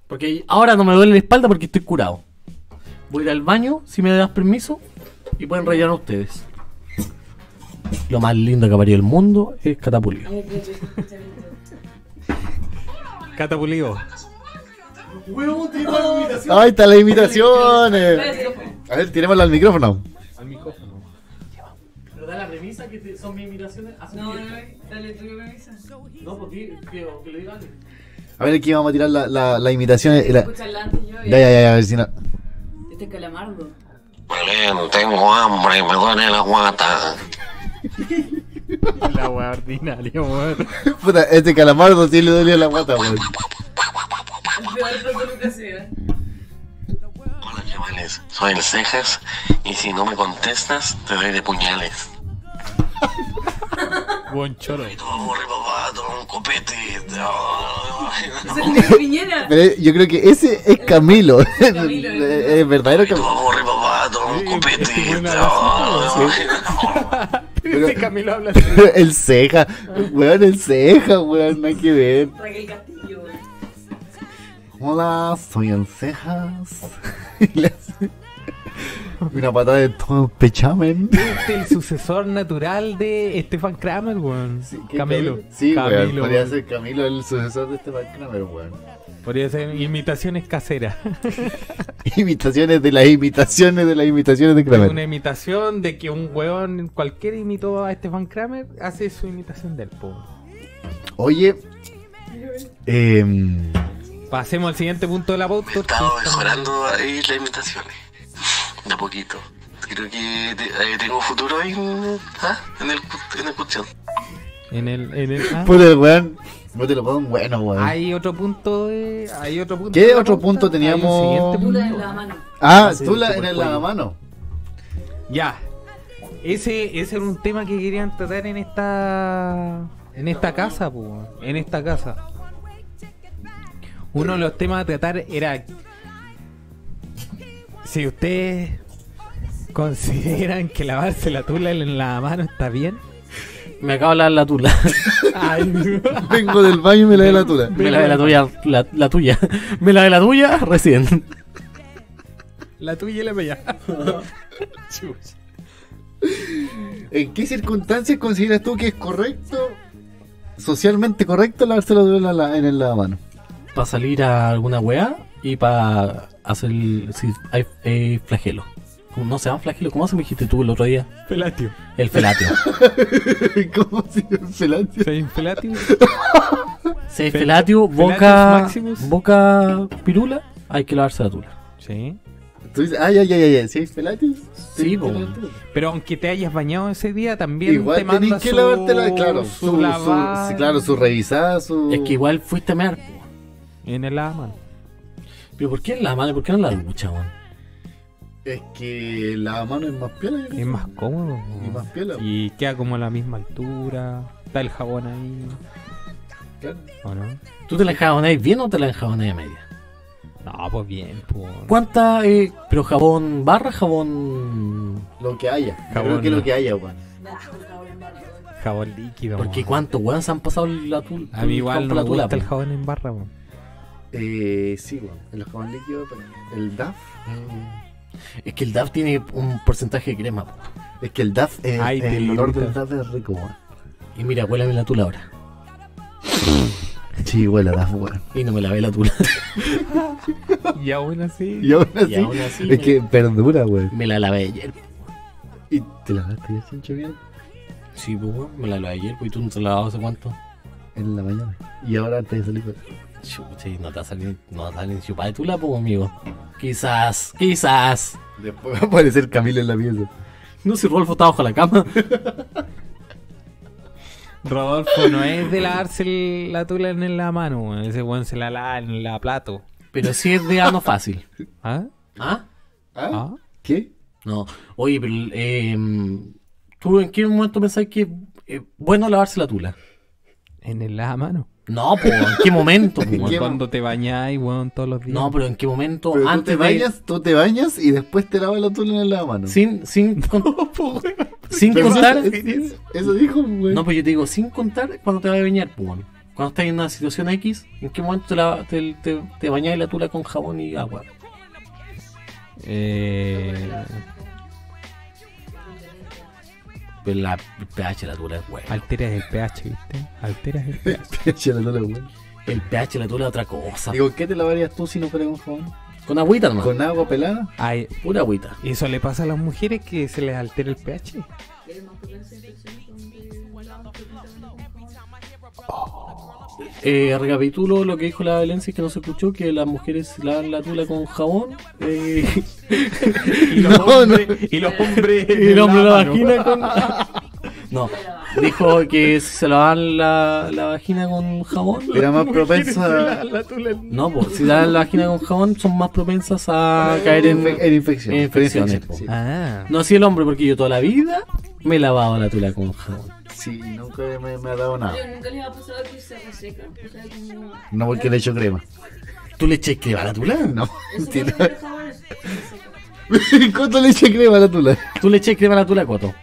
S6: Porque ahora no me duele la espalda porque estoy curado. Voy a ir al baño, si me das permiso, y pueden rellenar ustedes. Lo más lindo que ha parido el mundo es Catapulio.
S1: Catapulido.
S2: Ahí está las imitaciones. A ver, tirémosla al micrófono.
S6: Pero da la premisa que son mis Ah, imitaciones así.
S4: No, no, dale tú me avisas.
S6: no, porque que lo digan.
S2: A ver, aquí vamos a tirar la, la, la imitación. eh, la-
S4: Escucha antes yo.
S2: Ya, ya, ya, a ver si no. (laughs)
S4: Este es (laughs) Calamardo.
S8: Belén, tengo hambre y me duele la guata.
S1: La wea ordinaria, weón.
S2: Puta, este calamardo sí le dolió la guata, weón.
S4: El peor paso nunca se da.
S8: Hola chavales, soy el Cejas y si no me contestas te doy de puñales.
S1: Buen choro.
S8: Todo aburre papá, toma un copete.
S4: Es el de Piñera.
S2: Pero eh, yo creo que ese es Camilo. (laughs) Es
S4: Camilo, el-
S2: verdadero
S8: Todo
S2: Camilo.
S8: aburre papá, toma un
S1: este
S8: copete.
S1: buen abrazo, Este Camilo habla así.
S2: Pero (laughs) el ceja. Weón, el ceja, weón, no hay que ver.
S4: Raquel Castillo, güey.
S2: Hola, soy el cejas. (laughs) Y le hace Una patada de todo el pechamen.
S1: Este el sucesor natural de Stefan Kramer, weón. Camilo.
S2: Sí, weón,
S1: Camilo.
S2: Podría
S1: weón.
S2: ser Camilo el sucesor de este Kramer, weón.
S1: Podría ser imitaciones
S2: (laughs)
S1: caseras.
S2: Imitaciones de las imitaciones de las imitaciones de Kramer.
S1: Una imitación de que un weón cualquiera imitó a Stefan Kramer, hace su imitación del po.
S2: Oye. em,
S1: Pasemos al siguiente punto de la pauta.
S8: Me he estado mejorando ahí las imitaciones. De a poquito. Creo que te- eh, tengo futuro ahí en, ah, en el cu- en el cuestión.
S1: En el, en el- ah.
S2: puta, weón. No te lo pongo bueno, weón.
S1: Hay otro punto de. Hay otro punto
S2: ¿Qué
S1: de la
S2: otro
S1: pauta?
S2: punto teníamos?
S1: Hay un siguiente
S4: Dura en
S1: punto.
S4: la mano.
S2: ah,
S6: Así
S2: tú la,
S6: tipo
S2: en el
S6: cuello.
S2: lavamano. (laughs)
S1: Ya. Ese, ese era un tema que querían tratar en esta. En esta casa, po, En esta casa. Uno de los temas a tratar era. Si ustedes consideran que lavarse la tula en la mano está bien.
S6: Me acaba de hablar la (laughs) tula.
S1: Ay, (laughs)
S2: Vengo del baño y me lavé la tula.
S6: Me la de la tuya, la, la tuya. (laughs) Me la de la tuya recién. (laughs)
S1: la tuya y la mía.
S2: ¿En qué circunstancias consideras tú que es correcto, socialmente correcto, lavarse la tula en, la- la- en el lavamano? (laughs)
S6: Para salir a alguna wea y para hacer. Si hay eh, flagelo. ¿Cómo No se llama flagelo. ¿Cómo se me dijiste tú el otro día?
S1: Pelatio.
S6: El felatio.
S2: ¿Cómo se felatio?
S1: ¿Soy un pelatio?
S6: Si hay
S1: Fel-
S6: felatio,
S1: Felatius
S6: boca.
S1: maximus.
S6: Boca pirula, hay que lavarse la tula.
S1: Sí.
S2: Tú dices, ay, ay, ay, ay, si hay felatios.
S6: Sí, po.
S1: Pero aunque te hayas bañado ese día, también te
S2: Igual
S1: manda
S2: tenés que
S1: su-
S2: lavártela, claro,
S1: su,
S2: su, su-
S1: lavar
S2: sí, claro, su revisada, su...
S6: Es que igual fuiste a mear. po.
S1: en el lavamano.
S6: Pero ¿por qué la madre? ¿Por qué no la lucha, weón?
S2: Es que la mano es más piola. yo creo.
S1: Es más cómodo.
S2: Y más piola.
S1: Y queda como a la misma altura. Está el jabón ahí.
S2: Claro.
S1: ¿O no?
S6: ¿Tú te la enjabonáis bien o te la enjabonáis a media?
S1: No, pues bien, pues.
S6: ¿Cuánta? eh, ¿Pero jabón barra, jabón...?
S2: Lo que haya. Yo
S1: Jabón,
S2: creo que lo
S1: ¿no?
S2: que haya, weón.
S1: Jabón líquido.
S6: Porque
S1: weón.
S6: ¿cuántos weones han pasado la tul-
S1: A mí igual
S6: jabón
S1: no me
S6: por la tula,
S1: gusta el
S6: po?
S1: jabón en barra,
S2: (laughs)
S1: weón.
S2: Eh, sí, weón. En los jabón líquidos, pero el DAF.
S6: Es que el DAF tiene un porcentaje de crema. po.
S2: Es que el DAF, eh,
S1: Ay,
S2: el
S1: te
S2: olor
S1: irrita.
S2: del DAF es rico, weón.
S6: Y mira, huélame la tula ahora.
S2: Sí, huele a DAF, weón. (laughs)
S6: Y no me lavé la tula.
S1: Y aún así.
S2: Y aún así,
S6: Y aún así
S2: es
S6: me-
S1: eh.
S2: que perdura, weón.
S6: (laughs) me la lavé ayer.
S2: ¿Y te lavaste ya, Sancho, bien?
S6: Sí, pues, weón, me la lavé ayer, pues, y tú no te la lavabas hace cuánto.
S2: En la mañana. Y ahora antes de (laughs) salir, weón.
S6: Chucha, y no te va a salir, no va a salir chupada de tula, pues, amigo. Quizás, quizás.
S2: Después va a aparecer Camilo en la pieza.
S6: No, si Rolfo está bajo la cama. (laughs)
S1: Rodolfo no es de lavarse el- la tula en la mano, weón. Ese weón se la lava en la plato.
S6: Pero sí es de ano fácil.
S1: ¿Ah?
S6: ¿Ah?
S2: ¿Ah?
S1: ¿Ah?
S2: ¿Qué?
S6: No. Oye, pero, eh, ¿tú en qué momento pensás que es eh, bueno lavarse la tula?
S1: En el mano.
S6: No, pues, ¿en qué momento? po, weón?
S2: ¿Qué
S1: Cuando te bañáis, weón, todos los días.
S6: No, pero ¿en qué momento?
S2: Pero tú
S6: antes
S2: te
S6: de...
S2: bañas, tú te bañas y después te lavas la tula en la mano.
S6: Sin,
S2: (laughs)
S6: sin, con- sin
S2: Pero
S6: contar...
S2: Eso, eso- eso dijo, güey. (laughs)
S6: No, pues yo te digo, sin contar cuando te vas a bañar, pues, bueno. Cuando estás en una situación X, ¿en qué momento te, la, te, te, te bañas la tula con jabón y agua?
S1: Eh,
S6: Pero la el pH de la tula es bueno.
S1: alteras el pH, ¿viste? Alteras el
S2: (laughs)
S1: pH.
S2: Echa la tula, güey.
S6: El pH de la tula es otra cosa.
S2: Digo, ¿qué te lavarías tú si no fuera con jabón?
S6: con agüita nomás.
S2: ¿Con agua pelada?
S1: Ay,
S6: pura agüita.
S1: ¿Eso le pasa a las mujeres que se les altera el pH?
S6: Eh, recapitulo lo que dijo la Valencia que no se escuchó, que las mujeres lavan la tula con jabón. eh, (laughs)
S1: Y los hombres. (laughs) Y los hombres.
S6: y el hombre la vagina con... No, dijo que si se lavan la, la vagina con jabón.
S2: Era más propenso a
S6: No, pues si dan la vagina con jabón son más propensas a caer en...
S2: infe- en infección.
S6: en infecciones,
S2: En infección,
S1: Ah.
S6: No así el hombre, porque yo toda la vida me he lavado la tula con jabón.
S2: Sí, Sí, nunca me, me ha dado nada.
S4: Yo nunca les ha pasado que se reseca. O sea, como.
S2: No porque le echo crema.
S6: ¿Tú le eché crema a la tula?
S2: No, (laughs)
S4: Eso
S2: mentira.
S4: cuando yo jabón es- se seca.
S2: ¿Cuánto le eché crema a la tula?
S6: ¿Tú le eché crema a la tula, Coto?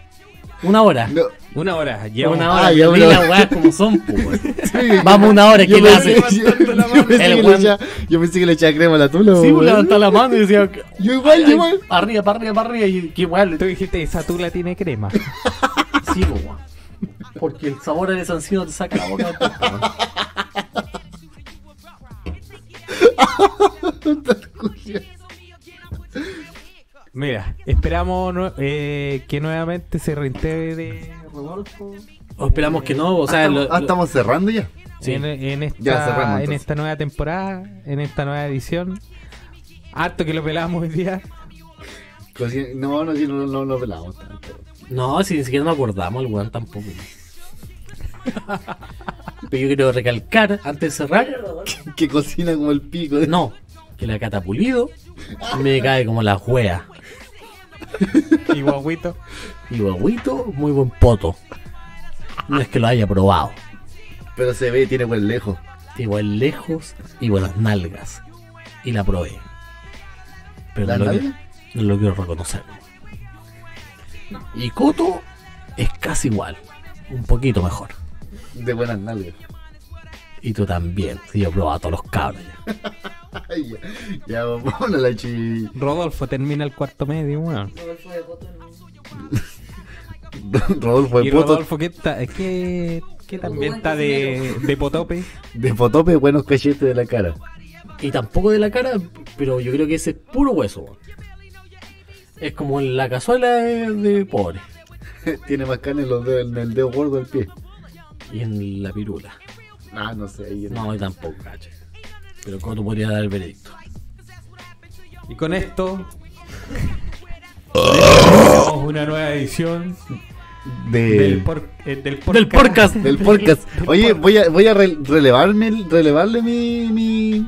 S6: Una hora.
S2: No.
S1: Una hora. Ya
S6: Una
S1: una
S6: hora.
S2: Ah, ya,
S6: Di
S2: una
S6: las
S2: hora.
S6: weas como son, po,
S2: (laughs)
S6: weón.
S2: Sí.
S6: Vamos una hora,
S2: Yo
S6: ¿qué le
S2: pensé-
S6: haces?
S2: Yo (laughs) yo pensé
S6: El
S2: que le
S6: Juan-
S2: echa- yo pensé que le echaba crema a la tula,
S6: Sí,
S2: güey.
S6: levantaba la mano y decía...
S2: Yo igual, yo
S6: "Ay,
S2: igual.
S6: pa' arriba, para arriba, para arriba. Y qué igual.
S1: Tú dijiste, esa tula tiene crema.
S6: Sí, po, weón. Porque el sabor del sancino te saca la boca. po, weón.
S1: Mira, esperamos nue- eh, que nuevamente se reintegre Rodolfo
S6: O esperamos que no, o sea...
S2: estamos,
S6: lo-
S2: ah, estamos cerrando ya.
S6: Sí.
S1: en, en
S2: Ya cerramos,
S1: esta, en
S2: entonces.
S1: esta nueva temporada, en esta nueva edición. Harto que lo pelamos hoy día. (laughs)
S2: Cosi- No, no, sí, no, no, no pelamos tanto.
S6: No, si ni siquiera nos acordamos, el weón (laughs) tampoco. Pero yo quiero recalcar, antes de cerrar,
S2: Que cocina como el pico. de-
S6: no, que la cata pulido me cae como la juega.
S1: Y guaguito.
S6: Y guaguito, muy buen poto. No es que lo haya probado.
S2: Pero se ve, tiene buen lejos.
S6: Tiene buen lejos y buenas nalgas. Y la probé. Pero
S2: ¿La
S6: no lo,
S2: nalga?
S6: quiero- no lo quiero reconocer. Y Coto es casi igual. Un poquito mejor.
S2: De buenas nalgas. (laughs)
S6: Y tú también. Si yo he probado a todos los cabros ya.
S2: Ay, ya, ya, vámonos a la chi. (laughs)
S1: Rodolfo termina el cuarto medio, weón.
S2: Rodolfo de
S1: Y
S2: Poto-
S1: Rodolfo que está, que, que también está de, de potope.
S2: de Potope, buenos cachetes de la cara. (laughs)
S6: Y tampoco de la cara, pero yo creo que ese es puro hueso. weón. Es como la cazuela de, de pobre.
S2: tiene más carne en, los dedos, en el dedo gordo del pie.
S6: Y en la pirula.
S2: Ah, no sé. ahí-
S6: No, yo tampoco, cacho. Pero ¿cómo tú podrías dar el veredicto?
S1: Y con esto. despedimos una nueva edición
S2: De-
S1: del, por, eh, del, porca-
S6: ¡Del podcast!
S2: del podcast. Oye, voy a, voy a re- relevarme, el- relevarle mi, mi,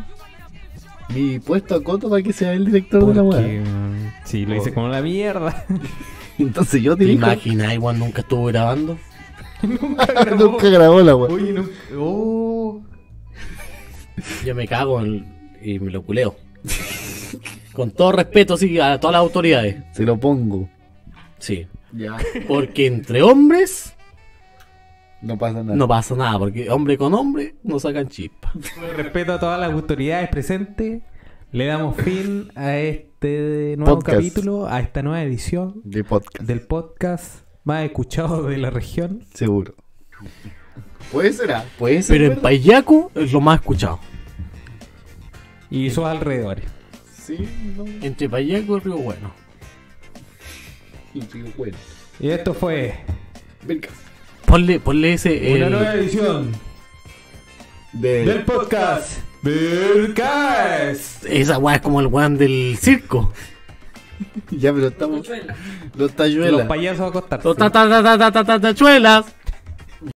S2: Mi puesto a Coto para que sea el director de la
S1: Porque,
S2: weá. (laughs)
S1: mm, sí, lo hice como la mierda. (laughs)
S2: Entonces yo
S6: ¿Te
S2: dirijo.
S6: imaginas, igual nunca estuvo grabando?
S1: Nunca grabó.
S2: (laughs) Nunca grabó la weá.
S1: Oye, nunca. Oh.
S6: Yo me cago en- y me lo culeo. Con todo respeto, sí, a todas las autoridades.
S2: Se lo pongo.
S6: Sí.
S2: Ya.
S6: Porque entre hombres
S2: No pasa nada.
S6: no pasa nada, porque hombre con hombre no sacan chispa.
S1: Con respeto a todas las autoridades presentes, le damos fin a este nuevo
S2: Podcast.
S1: capítulo, a esta nueva edición
S2: De podcast.
S1: del podcast más escuchado de la región.
S2: Seguro. Puede ser, ah, puede ser.
S6: Pero en
S2: ¿verdad?
S6: Payaco es lo más escuchado.
S1: Y sus alrededores.
S2: Sí, no.
S6: Entre Payaco y Río Bueno.
S2: Y digo, bueno.
S1: Y esto fue
S2: Venga.
S6: Ponle, ponle ese.
S1: una
S6: eh,
S1: nueva edición
S2: De...
S1: del podcast Vircas.
S6: esa weá es como el weón del circo.
S2: Ya, pero estamos. Los tayuelas.
S1: Los payasos a acostarse.
S6: Los ta- ta- ta- ta- ta- ta- tachuelas.